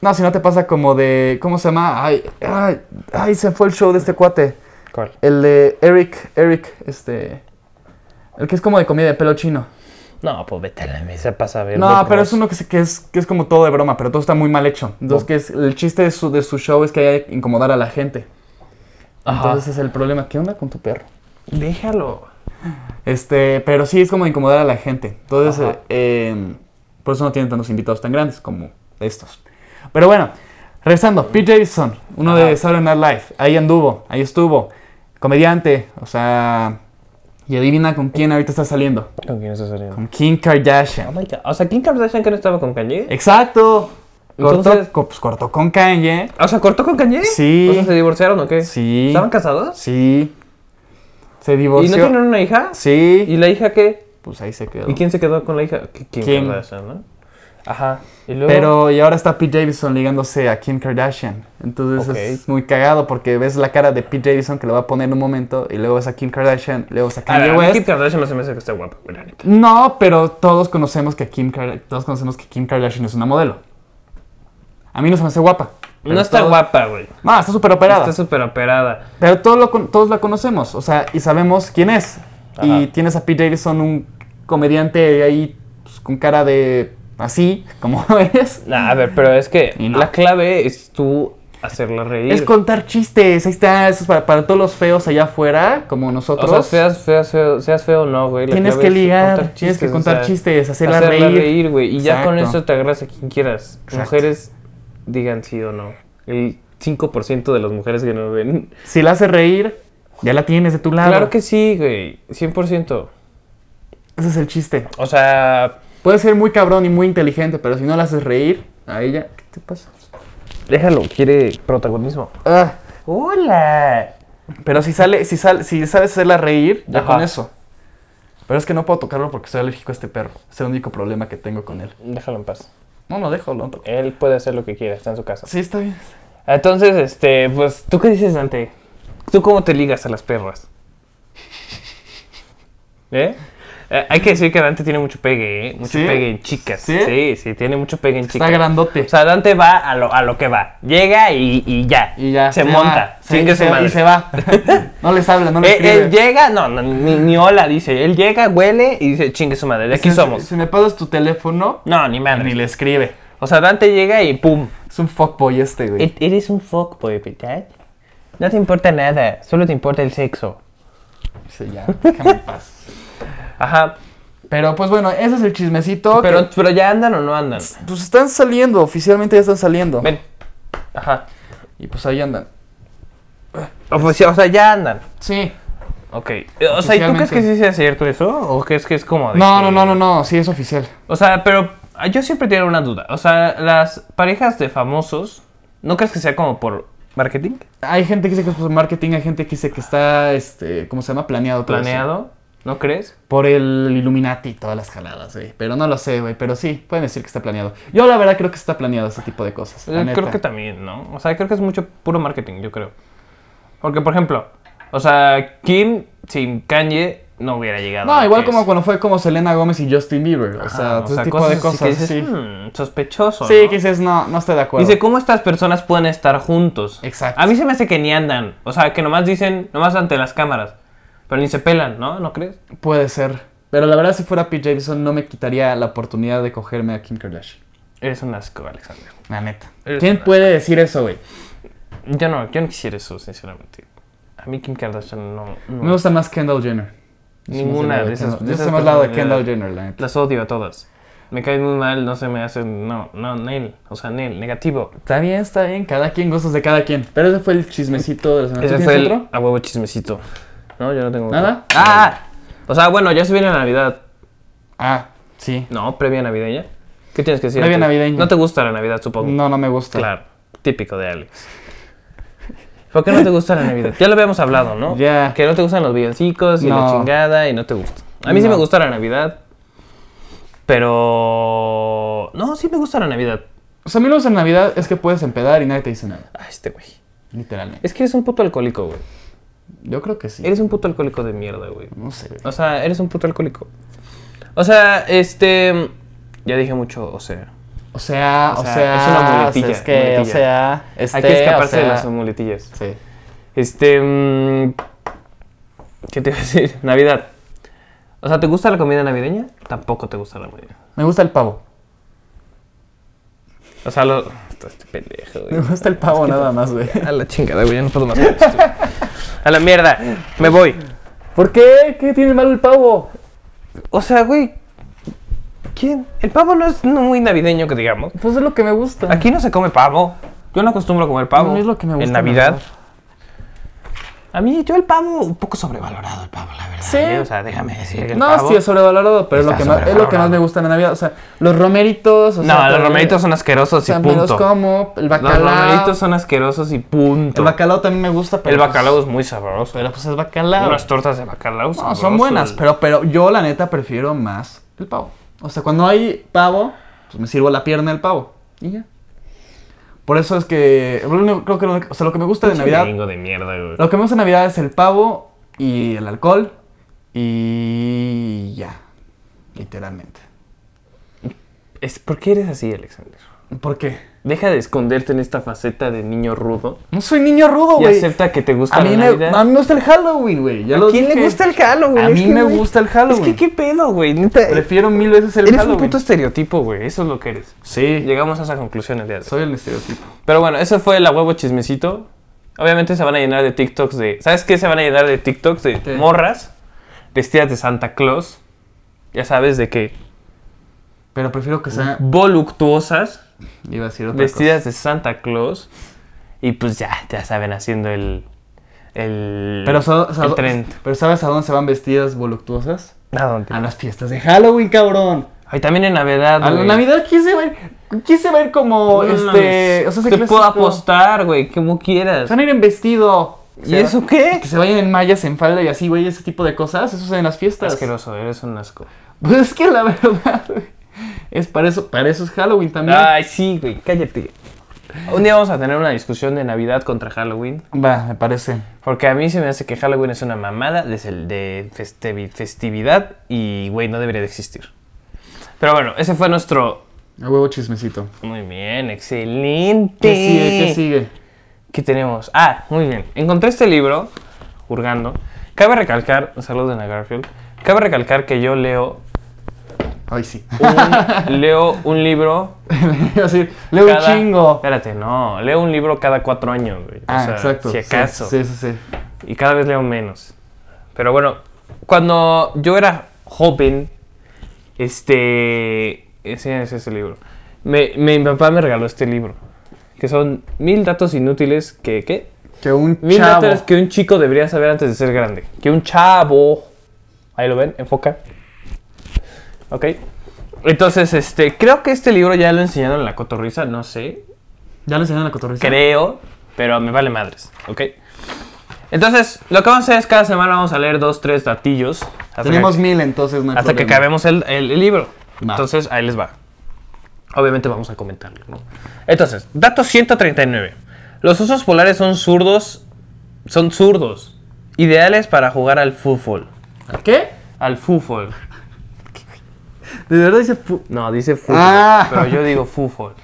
A: no, si no te pasa como de, ¿cómo se llama? Ay, ay, ay, se fue el show de este cuate.
B: ¿Cuál?
A: El de Eric, Eric, este, el que es como de comida de pelo chino.
B: No, pues vete a la mesa, pasa a ver.
A: No,
B: Bob
A: pero
B: Ross.
A: es uno que, se- que es, que es como todo de broma, pero todo está muy mal hecho. Entonces,
B: Oh.
A: que es, el chiste de su, de su show es que hay que incomodar a la gente.
B: Ajá.
A: Entonces, ese es el problema. ¿Qué onda con tu perro?
B: Déjalo.
A: Este, pero sí es como de incomodar a la gente. Entonces,
B: Ajá.
A: eh, eh, por eso no tienen tantos invitados tan grandes como estos. Pero bueno, regresando, Pete Davidson, uno
B: Ajá.
A: de Saturday Night Live, ahí anduvo, ahí estuvo, comediante, o sea, y adivina con quién ahorita está saliendo,
B: ¿Con quién estás saliendo?
A: con Kim Kardashian.
B: Oh my god. O sea, ¿quién Kardashian que no estaba con
A: Eh,
B: Kanye?
A: Exacto. Cortó,
B: Entonces-
A: co- pues, cortó con Kanye.
B: O sea, ¿cortó con Kanye?
A: Sí.
B: O sea, ¿se divorciaron o qué?
A: Sí.
B: ¿Estaban casados?
A: Sí. Se
B: ¿Y
A: divorció.
B: no tienen una hija?
A: Sí.
B: ¿Y la hija qué?
A: Pues ahí se quedó.
B: ¿Y quién se quedó con la hija? Ki- Kim,
A: Kim.
B: Kardashian, ¿no? Ajá. Y luego.
A: Pero, y ahora está Pete Davidson ligándose a Kim Kardashian. Entonces
B: Ok.
A: es muy cagado porque ves la cara de Pete Davidson que lo va a poner en un momento y luego ves a Kim Kardashian, luego ves a
B: A ver,
A: Kanye
B: a mí
A: West.
B: Ah, Kim Kardashian no se me hace que esté guapa, güey, la neta.
A: No, pero todos conocemos que Kim Kar- todos conocemos que Kim Kardashian es una modelo. A mí no se me hace guapa. pero
B: No está
A: todos-
B: guapa, güey.
A: No, está súper operada.
B: Está súper operada.
A: Pero todos, lo con- todos la conocemos, o sea, y sabemos quién es.
B: Ajá.
A: Y tienes a Pete Davidson, un comediante ahí pues, con cara de así, como es.
B: Nah, a ver, pero es que
A: Y no.
B: la clave es tú hacerla reír.
A: Es contar chistes, ahí está, eso es para, para todos los feos allá afuera, como
B: O
A: nosotros.
B: sea, seas, seas feo, seas feo o no, güey. la
A: Tienes
B: clave
A: que
B: es
A: ligar,
B: contar
A: tienes que
B: o
A: contar
B: sea,
A: chistes, hacerla reír.
B: reír. güey. Y ya con
A: Exacto.
B: eso te agarras a quien quieras.
A: Exacto.
B: Mujeres, digan sí o no. El 5% de las mujeres que nos ven.
A: Si la haces reír, ya la tienes de tu lado.
B: Claro, que sí, güey. 100%.
A: Ese es el chiste.
B: O sea,
A: Puede ser muy cabrón y muy inteligente, pero si no la haces reír, a ella, ¿qué te pasa?
B: déjalo, quiere protagonismo.
A: Ah,
B: ¡Hola!
A: pero si sale, si sale, si sabes hacerla reír, ya
B: Ajá.
A: con eso. Pero es que no puedo tocarlo porque soy alérgico a este perro. Es el único problema que tengo con él.
B: Déjalo en paz.
A: No, no, déjalo, no toco.
B: Él puede hacer lo que quiera, está en su casa.
A: Sí, está bien.
B: Entonces, este, pues, ¿tú qué dices, Dante? ¿Tú cómo te ligas a las perras? ¿Eh? Eh, hay que decir que Dante tiene mucho pegue, ¿eh? Mucho
A: ¿Sí?
B: pegue en chicas.
A: ¿Sí?
B: sí, sí, tiene mucho pegue en
A: Está
B: chicas.
A: grandote.
B: O sea, Dante va a lo, a lo que va. Llega y, y ya.
A: y ya.
B: Se, monta.
A: va.
B: Chingue
A: y,
B: su
A: se,
B: madre.
A: y se va. no les habla, no les
B: Eh, Él,
A: escribe.
B: él llega, no, no, ni, ni hola dice. Él llega, huele y dice, chingue su madre, de aquí
A: Si-
B: somos.
A: Si me pasas tu teléfono,
B: No, ni madre.
A: ni le escribe.
B: O sea, Dante llega y pum.
A: Es un fuckboy este, güey.
B: E- Eres un fuckboy, ¿verdad? No te importa nada, solo te importa el sexo.
A: Sí, ya, déjame en paz.
B: Ajá.
A: Pero pues bueno, ese es el chismecito. que-
B: Pero, pero ya andan o no andan.
A: pues están saliendo, oficialmente ya están saliendo.
B: Ven. Ajá.
A: Y pues ahí andan.
B: O, pues, sí, o sea, ya andan.
A: Sí.
B: Ok. O sea, ¿y tú crees
A: Oficialmente.
B: que sí sea cierto eso? ¿O crees que es como de
A: No,
B: que-
A: no, no, no, no, sí es oficial.
B: O sea, pero ah, yo siempre tengo una duda. O sea, las parejas de famosos, ¿no crees que sea como por marketing?
A: Hay gente que dice que es por marketing, hay gente que dice que está, este, ¿cómo se llama? Planeado. todo eso.
B: ¿Planeado? ¿No crees?
A: Por el Illuminati y todas las jaladas, güey. Pero no lo sé, güey. Pero sí, pueden decir que está planeado. Yo la verdad creo que está planeado ese tipo de cosas. la
B: Eh, Creo
A: neta.
B: que también, ¿no? O sea, creo que es mucho puro marketing, yo creo. Porque, por ejemplo, o sea, Kim sin Kanye no hubiera llegado. a
A: No,
B: lo
A: igual
B: que
A: como
B: es.
A: cuando fue como Selena Gómez y Justin Bieber. O sea,
B: Ah,
A: todo ese tipo de
B: así que
A: cosas.
B: dices,
A: sí,
B: "Hmm, sospechoso.
A: Sí,
B: ¿no?
A: que dices, no, no estoy de acuerdo.
B: Dice, ¿cómo estas personas pueden estar juntos?
A: Exacto.
B: A mí se me hace que ni andan. O sea, que nomás dicen, nomás ante las cámaras. Pero ni se pelan, ¿no? ¿No crees?
A: Puede ser. Pero la verdad, si fuera Pete Davidson, no me quitaría la oportunidad de cogerme a Kim Kardashian.
B: Eres un asco, Alexander.
A: La neta.
B: Eres
A: ¿Quién
B: una-
A: puede decir eso, güey?
B: Yo no, yo no quisiera eso, sinceramente. A mí Kim Kardashian no... no.
A: Me gusta más Kendall Jenner. Yo soy más
B: Ninguna
A: del lado
B: de esas-
A: Kendall-
B: de
A: Yo soy
B: esas
A: más lado de
B: personalidades.
A: Kendall Jenner, la neta.
B: Las odio a todas. Me caen muy mal, no se me hacen... No, no, Nel. O sea, Nel, negativo.
A: Está bien, está bien. Cada quien, gustos de cada quien. Pero ese fue el chismecito de la semana. ¿Tú
B: Ese
A: tienes
B: fue el
A: otro?
B: a huevo chismecito. No, yo no tengo... otro.
A: ¿Nada?
B: ¡Ah! O sea, bueno, ya se viene Navidad.
A: Ah, sí.
B: No, previa navideña. ¿Qué tienes que decir?
A: Previa
B: antes?
A: navideña.
B: No te gusta la Navidad, supongo.
A: No, no me gusta.
B: Claro, típico de Alex. ¿Por qué no te gusta la Navidad? Ya lo habíamos hablado, ¿no?
A: Ya.
B: Que no te gustan los villancicos y la
A: No.
B: chingada y no te gusta. A mí sí
A: No.
B: me gusta la Navidad, pero... No, sí me gusta la Navidad.
A: O sea, a mí lo que me gusta en Navidad es que puedes empedar y nadie te dice nada.
B: Ay, este güey.
A: Literalmente.
B: Es que eres un puto alcohólico, güey.
A: Yo creo que sí.
B: Eres un puto alcohólico de mierda, güey.
A: No sé, güey.
B: O sea, eres un puto alcohólico. O sea, este... Ya dije mucho, o sea...
A: O sea,
B: O
A: o
B: sea,
A: sea,
B: es una muletilla,
A: o sea, es que,
B: muletilla.
A: o sea,
B: Hay
A: este,
B: que escaparse
A: o sea,
B: de las muletillas.
A: Sí.
B: Este. mm, ¿Qué te iba a decir? Navidad. O sea, ¿te gusta la comida navideña? Tampoco te gusta la comida.
A: Me gusta el pavo.
B: O sea, lo. Este pendejo,
A: Me
B: güey.
A: gusta el pavo nada más, güey.
B: A la chingada, güey. Ya no puedo más. con esto. A la mierda. Me voy.
A: ¿Por qué? ¿Qué tiene malo el pavo?
B: O sea, güey. ¿Quién? El pavo no es no muy navideño, que digamos.
A: Pues es lo que me gusta.
B: Aquí no se come pavo. Yo no acostumbro a comer pavo.
A: No, es lo que me
B: En
A: gusta, la
B: Navidad.
A: verdad.
B: A mí, yo el pavo, un poco sobrevalorado el pavo, la verdad.
A: Sí.
B: ¿eh? O sea, déjame decir que el
A: No,
B: pavo...
A: sí, es sobrevalorado, pero es lo,
B: Está
A: que más, es lo que más
B: sobrevalorado.
A: me gusta en la Navidad. O sea, los romeritos. O
B: No,
A: sea,
B: los
A: también-
B: romeritos son asquerosos
A: O sea,
B: y
A: me los
B: punto.
A: como. El
B: Los
A: bacalao.
B: romeritos son asquerosos y punto.
A: El bacalao también me gusta, pero.
B: El
A: pues-
B: bacalao es muy sabroso.
A: pero pues es bacalao.
B: Unas tortas de bacalao
A: No,
B: sabrosas.
A: son buenas, pero, pero yo la neta prefiero más el pavo. O sea, cuando hay pavo, pues me sirvo la pierna del pavo. Y ya. Por eso es que. lo único- Creo que lo, único- o sea, lo que me gusta de
B: Pinche
A: Navidad.
B: gringo de mierda, güey.
A: Lo que me gusta de Navidad es el pavo y el alcohol. Y ya. Literalmente.
B: Es- ¿Por qué eres así, Alexander?
A: ¿Por qué?
B: Deja de esconderte en esta faceta de niño rudo
A: No soy niño rudo,
B: y
A: güey.
B: acepta que te gusta
A: A mí,
B: la
A: me,
B: Navidad.
A: a mí me gusta el Halloween, güey. ya lo
B: ¿A quién le
A: dije.
B: gusta el Halloween?
A: A
B: Es
A: mí
B: que,
A: me
B: güey,
A: gusta el Halloween.
B: Es que qué pedo, güey. Neta,
A: Prefiero mil veces el
B: eres un
A: Halloween.
B: puto estereotipo, güey. Eso es lo que eres.
A: Sí,
B: Llegamos a esa conclusión el día de hoy.
A: soy el estereotipo.
B: Pero bueno, eso fue la huevo chismecito. Obviamente se van a llenar de TikToks de. ¿Sabes qué? Se van a llenar de TikToks de
A: ¿Qué?
B: morras vestidas de Santa Claus. Ya sabes de qué.
A: Pero prefiero que sea...
B: Voluptuosas,
A: Iba a decir otra
B: vestidas de Santa Claus. Y pues ya, ya saben, haciendo el. El.
A: cosa. Pero, sa- sa-
B: el trend.
A: pero ¿sabes a dónde se van vestidas voluptuosas?
B: ¿A dónde?
A: A las fiestas de Halloween, cabrón.
B: Ay, también en Navidad.
A: A la
B: güey.
A: Navidad quise ver, quise ver como,
B: No
A: este,
B: mames.
A: o sea, ese
B: Te puedo
A: clásico-
B: apostar, güey, como quieras.
A: Se van a ir en vestido.
B: ¿Y eso qué?
A: Que se vayan en mallas, en falda y así, güey, ese tipo de cosas. Eso es en las fiestas.
B: Asqueroso, eres un asco.
A: Pues es que la verdad, güey, es para eso, para eso es Halloween también.
B: Ay, sí, güey, cállate. Un día vamos a tener una discusión de Navidad contra Halloween.
A: Va, me parece.
B: Porque a mí se me hace que Halloween es una mamada de, cel- de festevi- festividad y, güey, no debería de existir. Pero bueno, ese fue nuestro...
A: A huevo chismecito.
B: Muy bien, excelente.
A: ¿Qué sigue? ¿Qué sigue?
B: ¿Qué tenemos? Ah, muy bien. Encontré este libro, hurgando. Cabe recalcar, saludos de Ana Garfield. Cabe recalcar que yo leo
A: Ay, sí.
B: Uh. un, leo un libro
A: Iba a decir, leo un
B: cada-
A: chingo.
B: Espérate, no. Leo un libro cada cuatro años, güey. O
A: Ah,
B: sea,
A: exacto.
B: Si
A: sí,
B: acaso.
A: Sí, sí, sí.
B: Y cada vez leo menos. Pero bueno, cuando yo era joven, este. Ese es ese libro. Me- me- mi papá me regaló este libro. Que son mil datos inútiles que. ¿Qué?
A: Que un
B: Mil
A: chavo.
B: datos que un chico debería saber antes de ser grande. Que un chavo. Ahí lo ven, enfoca. Ok. Entonces, este, creo que este libro ya lo enseñaron en la cotorriza, no sé.
A: Ya le enseñaron la cotorriza.
B: Creo, pero me vale madres, ¿ok? Entonces, lo que vamos a hacer es cada semana vamos a leer dos, tres datillos. Hasta
A: Tenemos
B: que,
A: mil, entonces no hay
B: hasta que
A: problema.
B: acabemos el, el- el libro.
A: Va.
B: Entonces, ahí les va. Obviamente vamos a comentarlo, ¿no? Entonces, dato 139. Los osos polares son zurdos, son zurdos, ideales para jugar al fútbol.
A: ¿Qué?
B: Al fútbol.
A: De verdad dice fu-
B: No, dice fútbol,
A: Ah.
B: pero yo digo fútbol.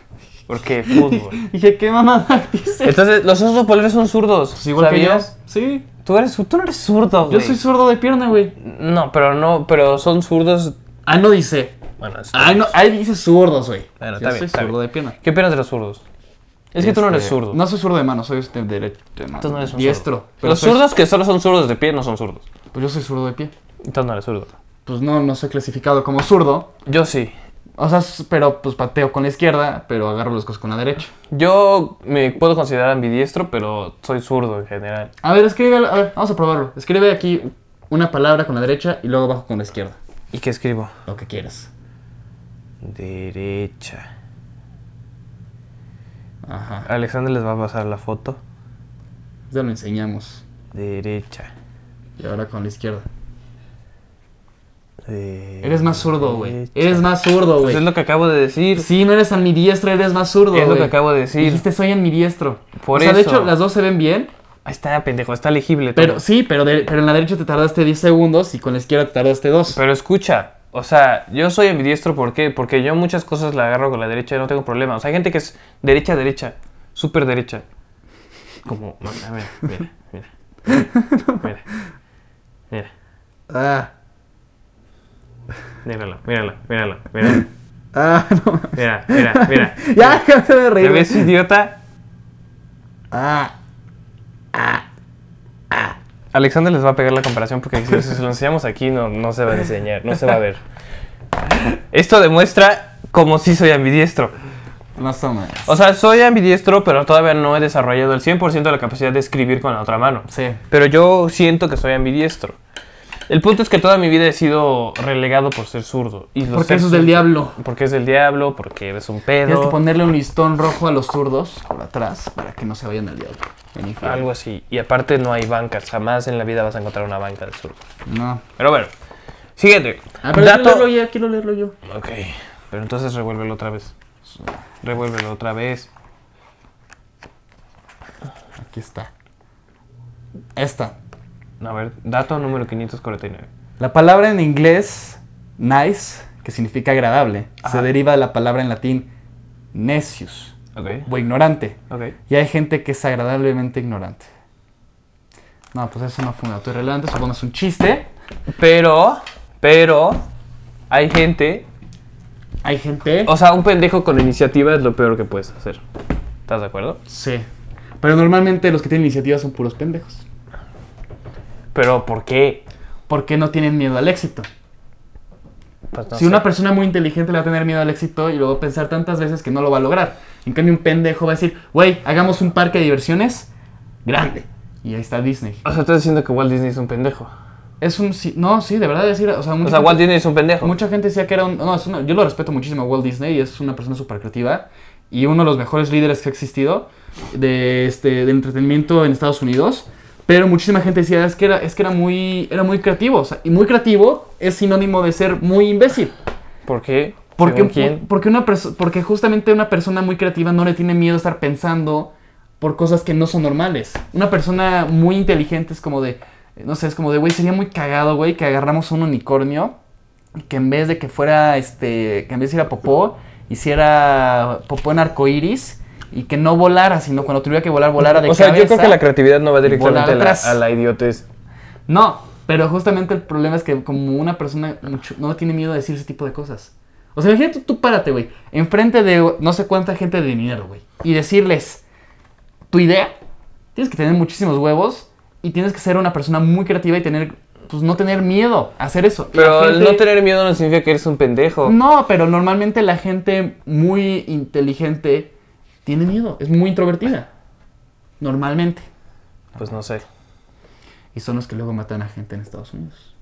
B: Porque fútbol.
A: Dije, ¿qué mamada dice?
B: Entonces, los osos polares son zurdos.
A: Pues igual que yo.
B: ¿sabías?
A: Sí.
B: Tú eres, tú no eres zurdo,
A: Yo
B: güey.
A: soy zurdo de pierna, güey.
B: No, pero no, pero son zurdos.
A: Ah, no dice.
B: Bueno, es-
A: Ah, no, ahí dice zurdos, güey.
B: Bueno, está
A: Yo
B: bien,
A: soy
B: está
A: zurdo
B: bien.
A: de pierna.
B: ¿Qué opinas de los zurdos? Es que tú no eres
A: Este,
B: zurdo.
A: No soy zurdo de mano, soy este derecho de mano.
B: Tú no eres un
A: Diestro.
B: zurdo.
A: pero
B: Los
A: soy-
B: zurdos que solo son zurdos de pie no son zurdos.
A: Pues yo soy zurdo de pie.
B: Entonces no eres zurdo.
A: Pues no, no soy clasificado como zurdo.
B: Yo sí.
A: O sea, s- pero pues pateo con la izquierda, pero agarro los cosas con la derecha.
B: Yo me puedo considerar ambidiestro, pero soy zurdo en general.
A: A ver, escribe, a ver, vamos a probarlo. Escribe aquí una palabra con la derecha y luego bajo con la izquierda.
B: ¿Y qué escribo?
A: Lo que quieras.
B: Derecha.
A: Ajá.
B: Alexander les va a pasar la foto.
A: Ya lo enseñamos.
B: Derecha.
A: Y ahora con la izquierda.
B: Eres
A: Eres más zurdo, güey. Eres más zurdo,
B: Pues es
A: güey.
B: lo que acabo de decir.
A: Sí, no eres mi diestro, eres más zurdo.
B: es lo
A: güey.
B: que acabo de decir.
A: Dijiste soy en mi diestro.
B: Por
A: o sea, de
B: eso.
A: hecho, las dos se ven bien,
B: Ahí está, pendejo, está legible. todo.
A: pero sí, pero, de- pero en la derecha te tardaste 10 segundos y con la izquierda te tardaste 2.
B: Pero escucha, o sea, yo soy ambidiestro, ¿por qué? Porque yo muchas cosas la agarro con la derecha y no tengo problema. O sea, hay gente que es derecha, derecha, súper derecha. Como, a ver, mira, mira. Mira, mira,
A: Ah,
B: míralo, míralo, míralo, míralo.
A: ah, no.
B: Mira, mira, mira.
A: ya, déjame de
B: ¿Te
A: reír.
B: ves idiota?
A: Ah,
B: Alexander les va a pegar la comparación porque si se lo enseñamos aquí no, no se va a enseñar, no se va a ver. Esto demuestra como si soy ambidiestro.
A: más o menos.
B: O sea, soy ambidiestro, pero todavía no he desarrollado el 100% de la capacidad de escribir con la otra mano.
A: Sí.
B: Pero yo siento que soy ambidiestro. El punto es que toda mi vida he sido relegado por ser zurdo. Y los
A: Porque
B: ser
A: eso es del
B: zurdo-
A: diablo.
B: Porque es del diablo, porque eres un
A: Tienes que
B: pedo,
A: ponerle un listón rojo a los zurdos por atrás para que no se vayan al diablo. En infierno.
B: algo así. Y aparte no hay bancas, jamás en la vida vas a encontrar una banca de zurdo.
A: No.
B: Pero bueno, siguiente.
A: Ah, pero quiero leerlo yo, quiero leerlo yo.
B: Ok, pero entonces revuélvelo otra vez. Revuélvelo otra vez.
A: Aquí está. Esta.
B: A ver, dato número 549.
A: La palabra en inglés nice, que significa agradable,
B: Ajá.
A: se deriva de la palabra en latín necius,
B: Ok.
A: o ignorante.
B: Ok.
A: Y hay gente que es agradablemente ignorante. No, pues eso no fue un dato irrelevante, supongo que es un chiste.
B: Pero, pero, hay gente.
A: Hay gente.
B: O sea, un pendejo con iniciativa es lo peor que puedes hacer. ¿Estás de acuerdo?
A: Sí. Pero normalmente los que tienen iniciativa son puros pendejos.
B: Pero, ¿por qué?
A: Porque no tienen miedo al éxito.
B: Pues no
A: si
B: sé.
A: una persona muy inteligente le va a tener miedo al éxito y luego pensar tantas veces que no lo va a lograr. En cambio, un pendejo va a decir, güey, hagamos un parque de diversiones grande. Y ahí está Disney.
B: O sea, estás diciendo que Walt Disney es un pendejo.
A: Es un... sí- No, sí, de verdad decir... O sea,
B: O
A: mucha
B: sea,
A: gente-
B: Walt Disney es un pendejo.
A: Mucha gente decía que era un... No, es una- yo lo respeto muchísimo a Walt Disney, es una persona súper creativa y uno de los mejores líderes que ha existido de este, del entretenimiento en Estados Unidos. Pero muchísima gente decía, es que era, es que era, muy, era muy creativo. o sea, y muy creativo es sinónimo de ser muy imbécil.
B: ¿Por qué?
A: Porque,
B: ¿Según quién?
A: porque, una perso- porque justamente una persona muy creativa no le tiene miedo a estar pensando por cosas que no son normales. Una persona muy inteligente es como de, no sé, es como de, güey, sería muy cagado, güey, que agarramos un unicornio y que en vez de que fuera, este, que en vez de ir a popó, hiciera popó en arcoíris y que no volara, sino cuando tuviera que volar, volara de
B: O sea, yo creo
A: cabeza.
B: que la creatividad no va
A: volar
B: directamente a la,
A: atrás.
B: a la idiotez.
A: No, pero justamente el problema es que como una persona mucho- no tiene miedo a decir ese tipo de cosas. O sea, imagínate tú párate, güey, enfrente de no sé cuánta gente de dinero, güey, y decirles tu idea. Tienes que tener muchísimos huevos y tienes que ser una persona muy creativa y tener, pues no tener miedo a hacer eso. Y la
B: Pero el
A: gente-
B: no tener miedo no significa que eres un pendejo.
A: No, pero normalmente la gente muy inteligente tiene miedo, es muy introvertida. Normalmente.
B: Pues no sé.
A: Y son los que luego matan a gente en Estados Unidos.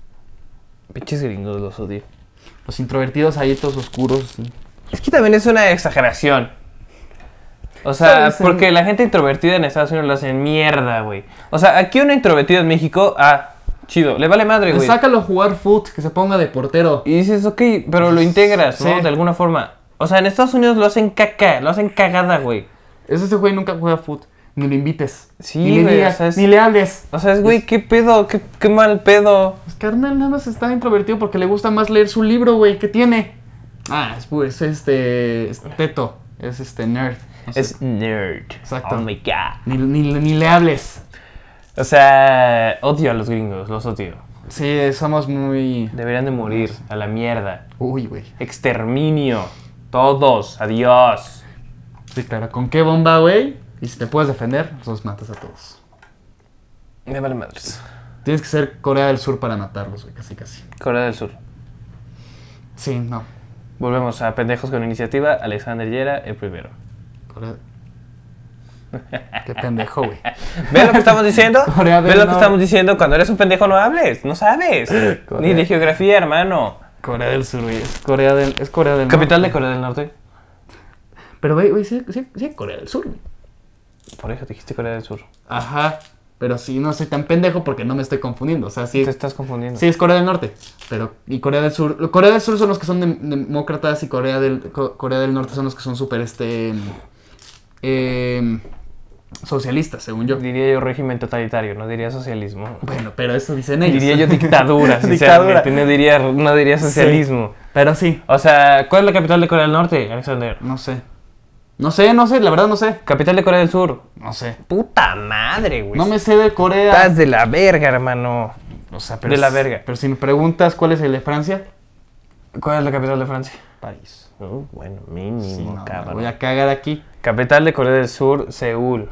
B: Pinches gringos los odio.
A: Los introvertidos ahí todos oscuros.
B: Es que también es una exageración. O sea,
A: Sabes, en-
B: porque la gente introvertida en Estados Unidos lo hacen mierda, güey. O sea, aquí una introvertida en México, ah, chido, le vale madre, güey.
A: Sácalo a jugar foot, que se ponga de portero.
B: Y dices, ok, pero lo integras, ¿no?
A: Sí.
B: De alguna forma. O sea, en Estados Unidos lo hacen caca, lo hacen cagada, güey.
A: Es ese güey nunca juega foot. Ni lo invites.
B: Sí,
A: ni le
B: güey,
A: digas,
B: o sea, es-
A: ni le hables.
B: O sea, es, güey, qué pedo, qué, qué mal pedo.
A: Pues carnal, nada más está introvertido porque le gusta más leer su libro, güey, que tiene. Ah, es pues este. es teto. Es este nerd. No sé.
B: Es nerd.
A: Exacto.
B: Oh my god.
A: Ni, ni- ni le hables.
B: O sea, odio a los gringos, los odio.
A: Sí, somos muy.
B: Deberían de morir a la mierda.
A: Uy, güey.
B: Exterminio. Todos. Adiós.
A: Sí, claro. ¿Con qué bomba, güey? Y si te puedes defender, pues, los matas a todos.
B: Me vale madres.
A: Tienes que ser Corea del Sur para matarlos, güey, casi casi.
B: Corea del Sur.
A: Sí, no.
B: Volvemos a Pendejos con Iniciativa. Alexander Yera, el primero.
A: Corea- Qué pendejo, güey.
B: ¿Ves lo que estamos diciendo?
A: Corea del
B: ¿Ves lo que
A: Norte.
B: estamos diciendo? Cuando eres un pendejo no hables, no sabes. Ni
A: Corea.
B: de geografía, hermano.
A: Corea del Sur, güey. Es Corea del, es Corea del
B: Capital de
A: Norte.
B: Corea del Norte.
A: Pero, güey, güey, sí, sí, sí, Corea del Sur, güey.
B: Por eso dijiste Corea del Sur.
A: Ajá. Pero sí, no soy tan pendejo porque no me estoy confundiendo. O sea, sí,
B: Te estás confundiendo.
A: sí es Corea del Norte. Pero, y Corea del Sur. lo- Corea del Sur son los que son dem- demócratas y Corea del, Co- Corea del Norte son los que son súper, este. em, em, socialistas, según yo.
B: Diría yo régimen totalitario, no diría socialismo.
A: Bueno, pero eso dicen ellos.
B: Diría yo dictadura,
A: Pues, Dictadura.
B: sinceramente. No diría, no diría socialismo.
A: Pero sí,
B: O sea, ¿cuál es la capital de Corea del Norte, Alexander?
A: no sé. No sé, no sé, la verdad no sé.
B: Capital de Corea del Sur.
A: No sé.
B: Puta madre, güey.
A: No me sé de Corea.
B: Estás de la verga, hermano.
A: O sea,
B: De la
A: si-
B: verga.
A: Pero si me preguntas cuál es el de Francia,
B: ¿Cuál es la capital de Francia?
A: París.
B: Uh, bueno, mínimo,
A: Sí, no, me
B: cabrón.
A: voy a cagar aquí.
B: Capital de Corea del Sur, Seúl.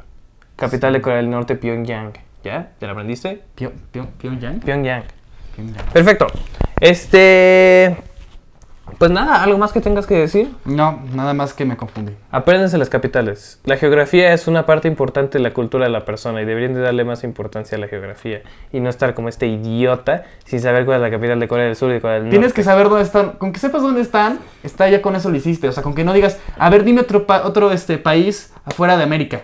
B: Capital de Corea del Norte, Pyongyang. ¿Ya? ¿Te la aprendiste?
A: Pyo- Pyo- Pyongyang.
B: Pyongyang.
A: Pyongyang.
B: Perfecto. Este. Pues nada, algo más que tengas que decir.
A: No, nada más que me confundí.
B: Apréndanse las capitales. La geografía es una parte importante de la cultura de la persona y deberían de darle más importancia a la geografía y no estar como este idiota sin saber cuál es la capital de Corea del Sur y cuál es la
A: Tienes que saber dónde están. Con que sepas dónde están, está ya con eso lo hiciste. O sea, con que no digas, a ver, dime otro, pa- otro este, país afuera de América.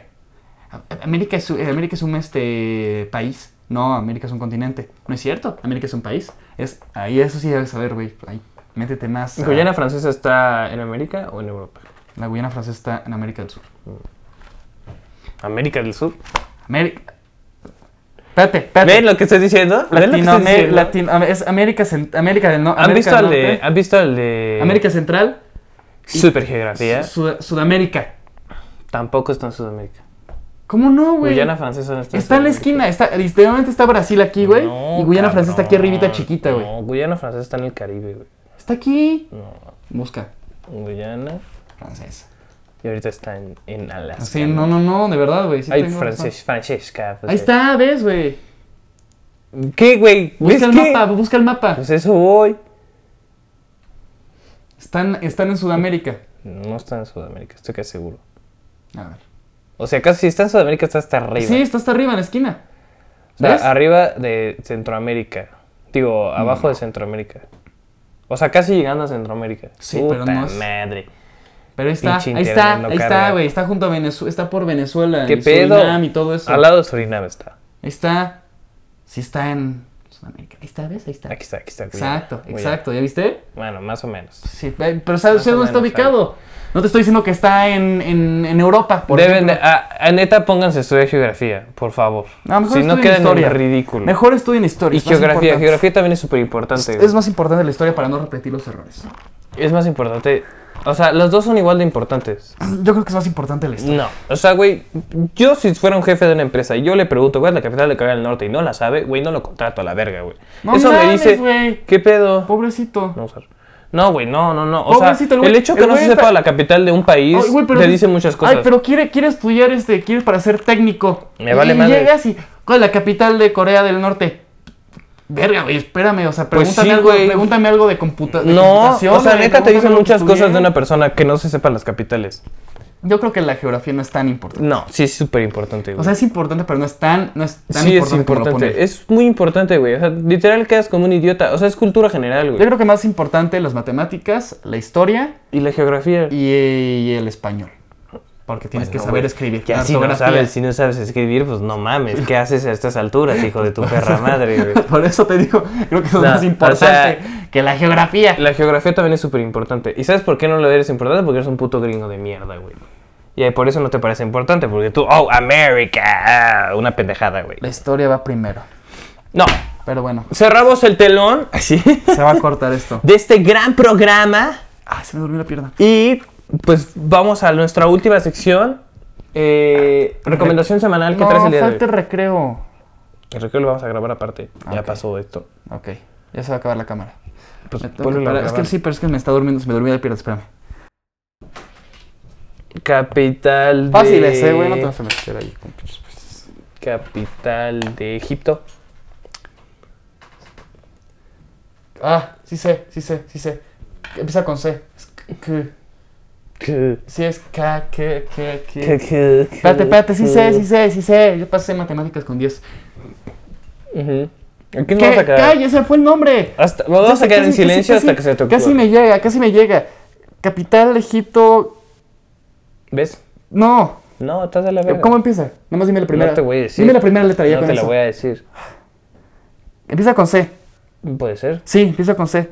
A: A- a- América es, un- eh, América es un este, país. No, América es un continente. No es cierto. América es un país. Es, ahí eso sí debes saber, güey. Ahí, Métete más. a-
B: ¿Guyana francesa está en América o en Europa?
A: La Guyana francesa está en América del Sur.
B: América del Sur.
A: América. Espérate, espérate.
B: ¿Ven lo que estoy diciendo? ¿Ven lo que estoy
A: Latinoamérica,
B: diciendo?
A: es América, Cent- América del Norte.
B: ¿Han visto, el de, ¿Han visto el de
A: América Central,
B: Supergeografía?
A: Sud- Sudamérica.
B: Tampoco está en Sudamérica.
A: ¿Cómo no, güey?
B: Guyana Francesa no está en
A: Está en la
B: Sudamérica.
A: esquina, está, literalmente está Brasil aquí, güey.
B: No,
A: y Guyana Francesa está aquí
B: cabrón.
A: arribita chiquita, güey.
B: No, Guyana Francesa está en el Caribe, güey.
A: Está aquí.
B: No,
A: Busca.
B: Guyana.
D: francés.
B: Y ahorita está en, en Alaska.
A: Sí, no, no, no, de verdad, güey. sí
B: Ay,
A: tengo-
B: Frances- Francesca. pues,
A: Ahí está, ves, güey.
B: eh. ¿Qué, güey? ¿Ves
A: Busca el
B: qué?
A: mapa, busca el mapa.
B: Pues eso voy.
A: Están, están en Sudamérica.
B: No está en Sudamérica, estoy casi seguro.
A: A ver.
B: O sea, casi si está en Sudamérica, está hasta arriba.
A: Sí, está hasta arriba en la esquina.
B: O sea,
A: ¿Ves? Mm.
B: arriba de Centroamérica. Digo, abajo de Centroamérica. O sea, casi llegando a Centroamérica.
A: Sí, pero
B: Puta
A: no es-
B: madre.
A: Pero ahí está,
B: Pinche
A: ahí
B: internet
A: está,
B: no
A: ahí
B: carga.
A: está, güey. Está junto a Venezuela, está por Venezuela.
B: ¿Qué
A: y
B: pedo?
A: Surinam y todo eso.
B: Al lado de Surinam está.
A: Ahí está. Sí está en Sudamérica. Ahí está, ¿ves? Ahí está.
B: Aquí está, aquí está. Guyana.
A: Exacto,
B: Guyana.
A: exacto. ¿Ya viste?
B: Bueno, más o menos.
A: Sí, ve- pero ¿sabes
B: Más
A: sabes
B: o
A: dónde está
B: menos,
A: ubicado? No te estoy diciendo que está en, en, en Europa. por
B: Deben
A: ejemplo.
B: de, a, a neta pónganse a estudiar geografía, por favor.
A: No, mejor
B: si no
A: estudien
B: quedan en
A: historia.
B: el ridículo.
A: Mejor estudien historia.
B: y
A: es más
B: geografía,
A: importante.
B: geografía también es súper importante.
A: Es más importante la historia para no repetir los errores.
B: es más importante. O sea, los dos son igual de importantes.
A: Yo creo que es más importante la historia.
B: No, o sea, güey, yo si fuera un jefe de una empresa y yo le pregunto cuál es la capital de Corea del Norte y no la sabe, güey, no lo contrato a la verga, güey.
A: No
B: Mm, Eso me
A: mames,
B: dice,
A: güey.
B: ¿qué pedo?
A: Pobrecito.
B: No, o sea, no, güey, no, no, no. O
A: Pobrecito
B: sea,
A: el güey.
B: el hecho que
A: El
B: no se
A: güey
B: sepa
A: está-
B: la capital de un país
A: Ay, güey, pero-
B: te dice muchas cosas.
A: Ay, pero quiere, quiere estudiar este, quiere para ser técnico.
B: Me vale
A: y
B: madre.
A: llegas y, ¿cuál es la capital de Corea del Norte? Verga, güey, espérame, o sea,
B: Pues
A: pregúntame,
B: sí,
A: algo,
B: güey.
A: pregúntame algo de, computa de
B: No,
A: computación.
B: o sea,
A: güey,
B: neta te
A: pregúntame
B: dicen
A: algo que
B: muchas cosas de
A: estudié.
B: una persona que no se sepa las capitales.
A: Yo creo que la geografía no es tan importante.
B: No, sí es súper importante, güey.
A: O sea, es importante, pero no es tan, no es tan
B: sí es
A: importante. como lo
B: importante.
A: ponen.
B: Es muy importante, güey. O sea, literal quedas como un idiota. O sea, es cultura general,
A: Yo
B: güey.
A: creo que más importante las matemáticas, la historia
B: Y la geografía.
A: y, y el español. Porque tienes que
B: No,
A: saber
B: güey.
A: escribir.
B: Ya si no,
A: ortografía.
B: sabes, si no sabes escribir, pues no mames. ¿Qué haces a estas alturas, hijo de tu perra madre, güey?
A: Por eso te digo, creo que eso
B: No,
A: es más
B: o
A: importante
B: sea,
A: que la geografía.
B: La geografía también es súper importante. ¿Y sabes por qué no lo eres importante? Porque eres un puto gringo de mierda, güey. Y ahí por eso no te parece importante, porque tú, oh, América, ah, una pendejada, güey.
A: La historia va primero.
B: No,
A: Pero bueno,
B: cerramos el telón, así,
A: se va a cortar esto.
B: de este gran programa.
A: Ah, se me durmió la pierna.
B: Y pues vamos a nuestra última sección. Eh, recomendación semanal que traes el día de hoy.
A: falta el recreo.
B: El recreo lo vamos a grabar aparte. Ya pasó esto.
A: Ok, ya se va a acabar la cámara.
B: Pues
A: Me tengo que
B: ponlo a
A: parar. es que
B: grabar.
A: sí, pero es que me está durmiendo, se me durmió la pierna, espérame.
B: Capital de...
A: Fácil ese, eh, güey, no te vas a meter ahí. con pinches, pues.
B: Capital de Egipto.
A: Ah, sí sé, sí sé, sí sé. Empieza con C. Es c- c- Sí, es K, K, K, K. Espérate, espérate, sí sé, sí sé, sí sé. Yo pasé matemáticas con 10.
B: Ujú. ¿A quién
A: ¿Qué?
B: vamos a quedar?
A: ¡Calla! Ese fue el nombre.
B: Hasta, vamos a
A: Casi-
B: quedar en
A: casi-
B: silencio
A: casi-
B: hasta que se te ocurra.
A: Casi me llega, casi me llega. Capital, Egipto.
B: ¿Ves?
A: No.
B: No, estás de la verga.
A: ¿Cómo empieza? Nada más dime la primera.
B: No te voy a decir.
A: Dime la primera letra ya
B: No
A: con
B: te la
A: eso.
B: voy a decir.
A: Empieza con C.
B: Puede ser.
A: Sí, empieza con C.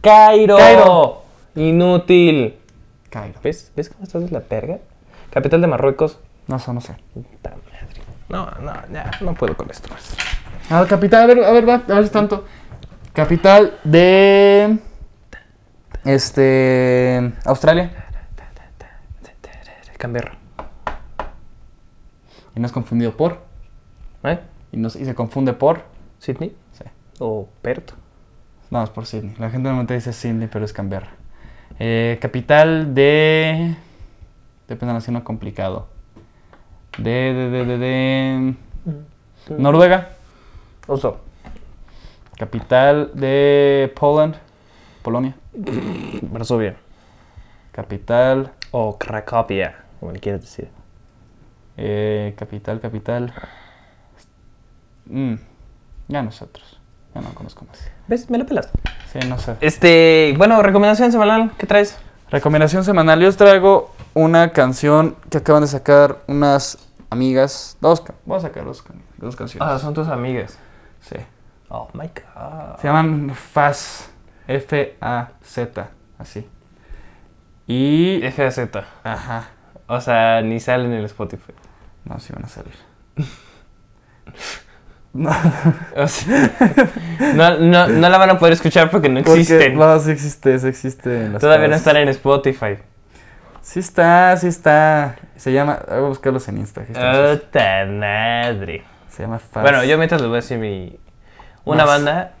B: Cairo.
A: Cairo.
B: Inútil.
A: Cairo.
B: ¿Ves? ¿Ves cómo estás de la verga? Capital de Marruecos.
A: No sé, no sé.
B: Puta madre. No, no, ya, no puedo con esto más.
A: Ah, capital, a ver, a ver, va, a ver si tanto. Capital de. Este. Australia.
B: Canberra.
A: Y no es confundido por.
B: ¿Eh?
A: Y, no, y se confunde por.
B: ¿Sydney?
A: Sí.
B: ¿O Perth?
A: No, es por Sydney. La gente normalmente dice Sydney, pero es Canberra. Eh, capital de. Depende nacional complicado. De, de, de, de, de. Noruega.
B: Oso.
A: Capital de Poland. Polonia.
B: Varsovia.
A: Capital.
B: O Cracovia, como le quieras decir.
A: eh, capital, capital. Mm, ya nosotros. Ya no conozco más.
B: ¿Ves? Me la pelas.
A: Sí, no sé.
B: Este, bueno, recomendación semanal, ¿qué traes?
A: Recomendación semanal. Yo os traigo una canción que acaban de sacar unas amigas. Dos, ca- voy a sacar dos, can- dos canciones.
B: Ah, son tus amigas.
A: Sí.
B: Oh my god.
A: Se llaman Faz. F-A-Z. Así. Y.
B: FAZ.
A: Ajá.
B: O sea, ni sale en el Spotify.
A: No, sí van a salir. No,
B: O sea, no, no, no la van a poder escuchar porque no
A: porque-
B: existen.
A: No, sí existe, sí existe. en las
B: Todavía no
A: casas.
B: están en Spotify.
A: Sí está, sí está. Se llama. Voy a buscarlos en Insta. aquí
B: Ah,
A: están sus-
B: Otra madre.
A: Se llama Fast.
B: Bueno, yo mientras les voy a decir mi. Una
A: Más.
B: banda.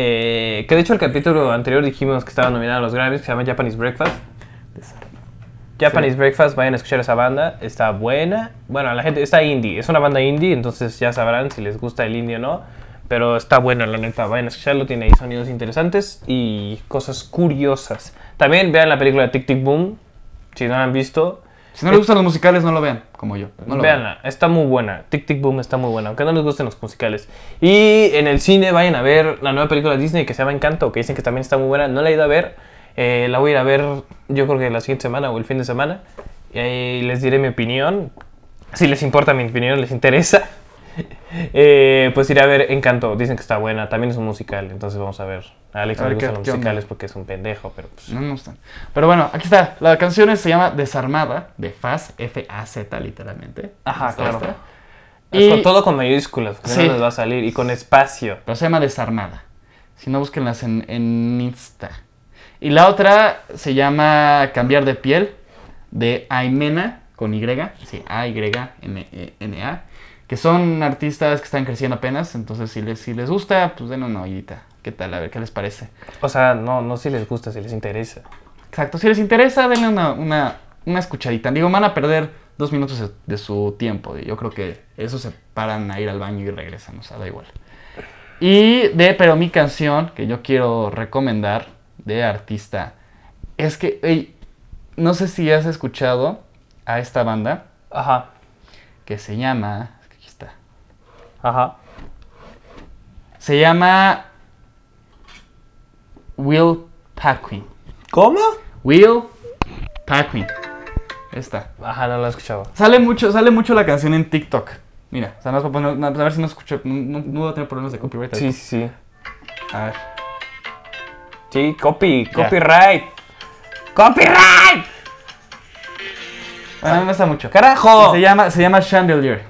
B: eh, que de hecho el capítulo anterior dijimos que estaba nominada a los Grammys, que se llama Japanese Breakfast. Japanese Breakfast, vayan a escuchar esa banda, está buena. Bueno, la gente está indie, es una banda indie, entonces ya sabrán si les gusta el indie o no. Pero está buena, la neta, vayan a escucharlo, tiene ahí sonidos interesantes y cosas curiosas. También vean la película Tic Tic Boom, si no la han visto,
A: Si no les gustan los musicales, no lo vean, como yo. No lo vean.
B: Veanla, está muy buena. Tic Tic Boom está muy buena, aunque no les gusten los musicales. Y en el cine vayan a ver la nueva película de Disney que se llama Encanto, que dicen que también está muy buena. No la he ido a ver, eh, la voy a ir a ver yo creo que la siguiente semana o el fin de semana. Y ahí les diré mi opinión. Si les importa mi opinión, les interesa. Eh, pues iré a ver Encanto, dicen que está buena. También es un musical, entonces vamos a ver. A Alex
A: A
B: no le
A: ver qué-
B: gustan los
A: qué onda.
B: musicales porque es un pendejo, pero pues.
A: No me gustan. Pero bueno, aquí está. La canción se llama Desarmada, de Faz, F-A-Z, literalmente.
B: Ajá,
A: Está
B: claro.
A: esta.
B: Es
A: Y-
B: con- todo con mayúsculas, porque
A: Sí.
B: no les va a salir. Y con espacio.
A: Pero se llama Desarmada. Si no, búsquenlas en, en Insta. Y la otra se llama Cambiar de piel, de Aimena, con Y. Sí, A-Y-M-E-N-A. Que son artistas que están creciendo apenas. Entonces, si les, si les gusta, pues den una oídita. ¿Qué tal? A ver qué les parece.
B: O sea, no, no si les gusta, si les interesa.
A: Exacto, si les interesa, denle una, una, una escuchadita. Digo, van a perder dos minutos de- de su tiempo. y Yo creo que eso se paran a ir al baño y regresan, o sea, da igual. Y de, pero mi canción que yo quiero recomendar de artista es que, ey, no sé si has escuchado a esta banda
B: Ajá,
A: que se llama, aquí está,
B: ajá.
A: se llama Will Paquin.
B: ¿Cómo?
A: Will Paquin. Esta.
B: Ajá, no lo he escuchado.
A: Sale mucho, sale mucho la canción en TikTok. Mira, o sea, no es para poner- no, a ver si no escucho, no, no, no voy a tener problemas de copyright.
B: Sí, sí, sí.
A: A ver.
B: Sí, copy,
A: Ya.
B: copyright. ¡Copyright!
A: Bueno, no está mucho.
B: ¡Carajo!
A: Se llama, se llama Chandelier.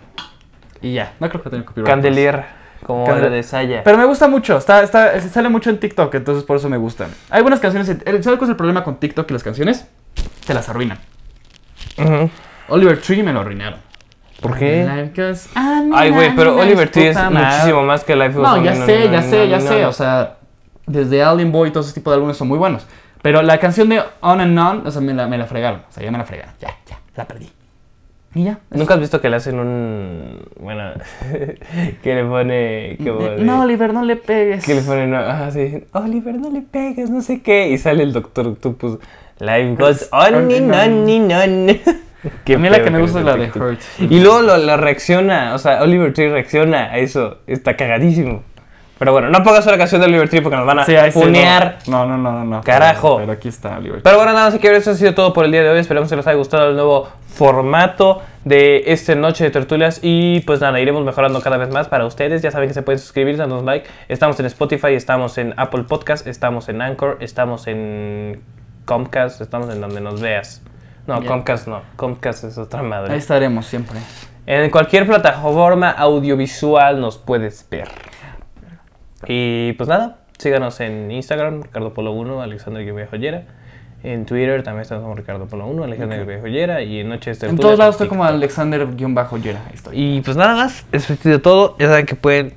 A: Y ya, no creo que tenga copyright.
B: Candelier, como
A: Candel-
B: la de Saya.
A: Pero me gusta mucho, está, está, es- sale mucho en TikTok, entonces por eso me gustan. Hay buenas canciones, en- el- ¿sabes cuál es el problema con TikTok y las canciones? Te las arruinan.
B: Ujú.
A: Oliver Tree me lo arruinaron.
B: ¿Por qué?
A: Like us- ah, mira,
B: Ay, güey, pero
A: mira,
B: Oliver
A: es
B: Tree es
A: puta madre.
B: muchísimo más que Life was
A: No,
B: a-
A: ya sé, ya
B: no,
A: sé, ya
B: no.
A: sé. O sea, desde Alien Boy y todo ese tipo de álbumes son muy buenos. Pero la canción de On and On, o sea, me la, me la fregaron. O sea, ya me la fregaron. Ya, ya, la perdí. Y ya.
B: ¿Nunca has visto que le hacen un. Bueno. que le pone. que pone-
A: Eh, No, Oliver, no le pegues.
B: Que le ponen, ah, sí, Oliver, no le pegues, no sé qué. Y sale el doctor Octopus. Life
A: Pues,
B: goes
A: oh,
B: on and on and on. Qué
A: A mí la
B: feo
A: que me gusta es la de
B: TikTok.
A: Hurt.
B: Y luego lo, lo reacciona, o sea, Oliver Tree reacciona a eso. Está cagadísimo. Pero bueno, no pongas la canción de Oliver Tree porque nos van a
A: Ah, Sí, ahí sí, no.
B: funear.
A: No, no, no, no, no.
B: Carajo.
A: Pero aquí está Oliver.
B: Pero bueno, nada más que eso ha sido todo por el día de hoy. Esperamos que les haya gustado el nuevo formato de esta noche de tertulias. Y pues nada, iremos mejorando cada vez más para ustedes. Ya saben que se pueden suscribir, darnos like. Estamos en Spotify, estamos en Apple Podcast, estamos en Anchor, estamos en Comcast, estamos en donde nos veas. No,
A: Ya.
B: Comcast no. Comcast es otra madre.
A: Ahí estaremos siempre.
B: En cualquier plataforma audiovisual nos puedes ver. Y pues nada, síganos en Instagram, Ricardo Polo 1, Alexander Guevara Joyera. En Twitter también estamos como Ricardo Polo 1, Alexander Guevara Joyera. Y en Noches
A: En todos lados estoy
B: TikTok.
A: como Alexander-Yera. Ahí estoy.
B: Y pues nada más, eso ha sido todo. Ya saben que pueden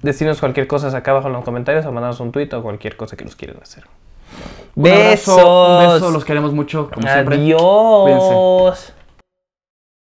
B: decirnos cualquier cosa acá abajo en los comentarios o mandarnos un tweet o cualquier cosa que nos quieran hacer.
A: Un abrazo,
B: Besos.
A: Un beso, los queremos mucho, como siempre.
B: Adiós.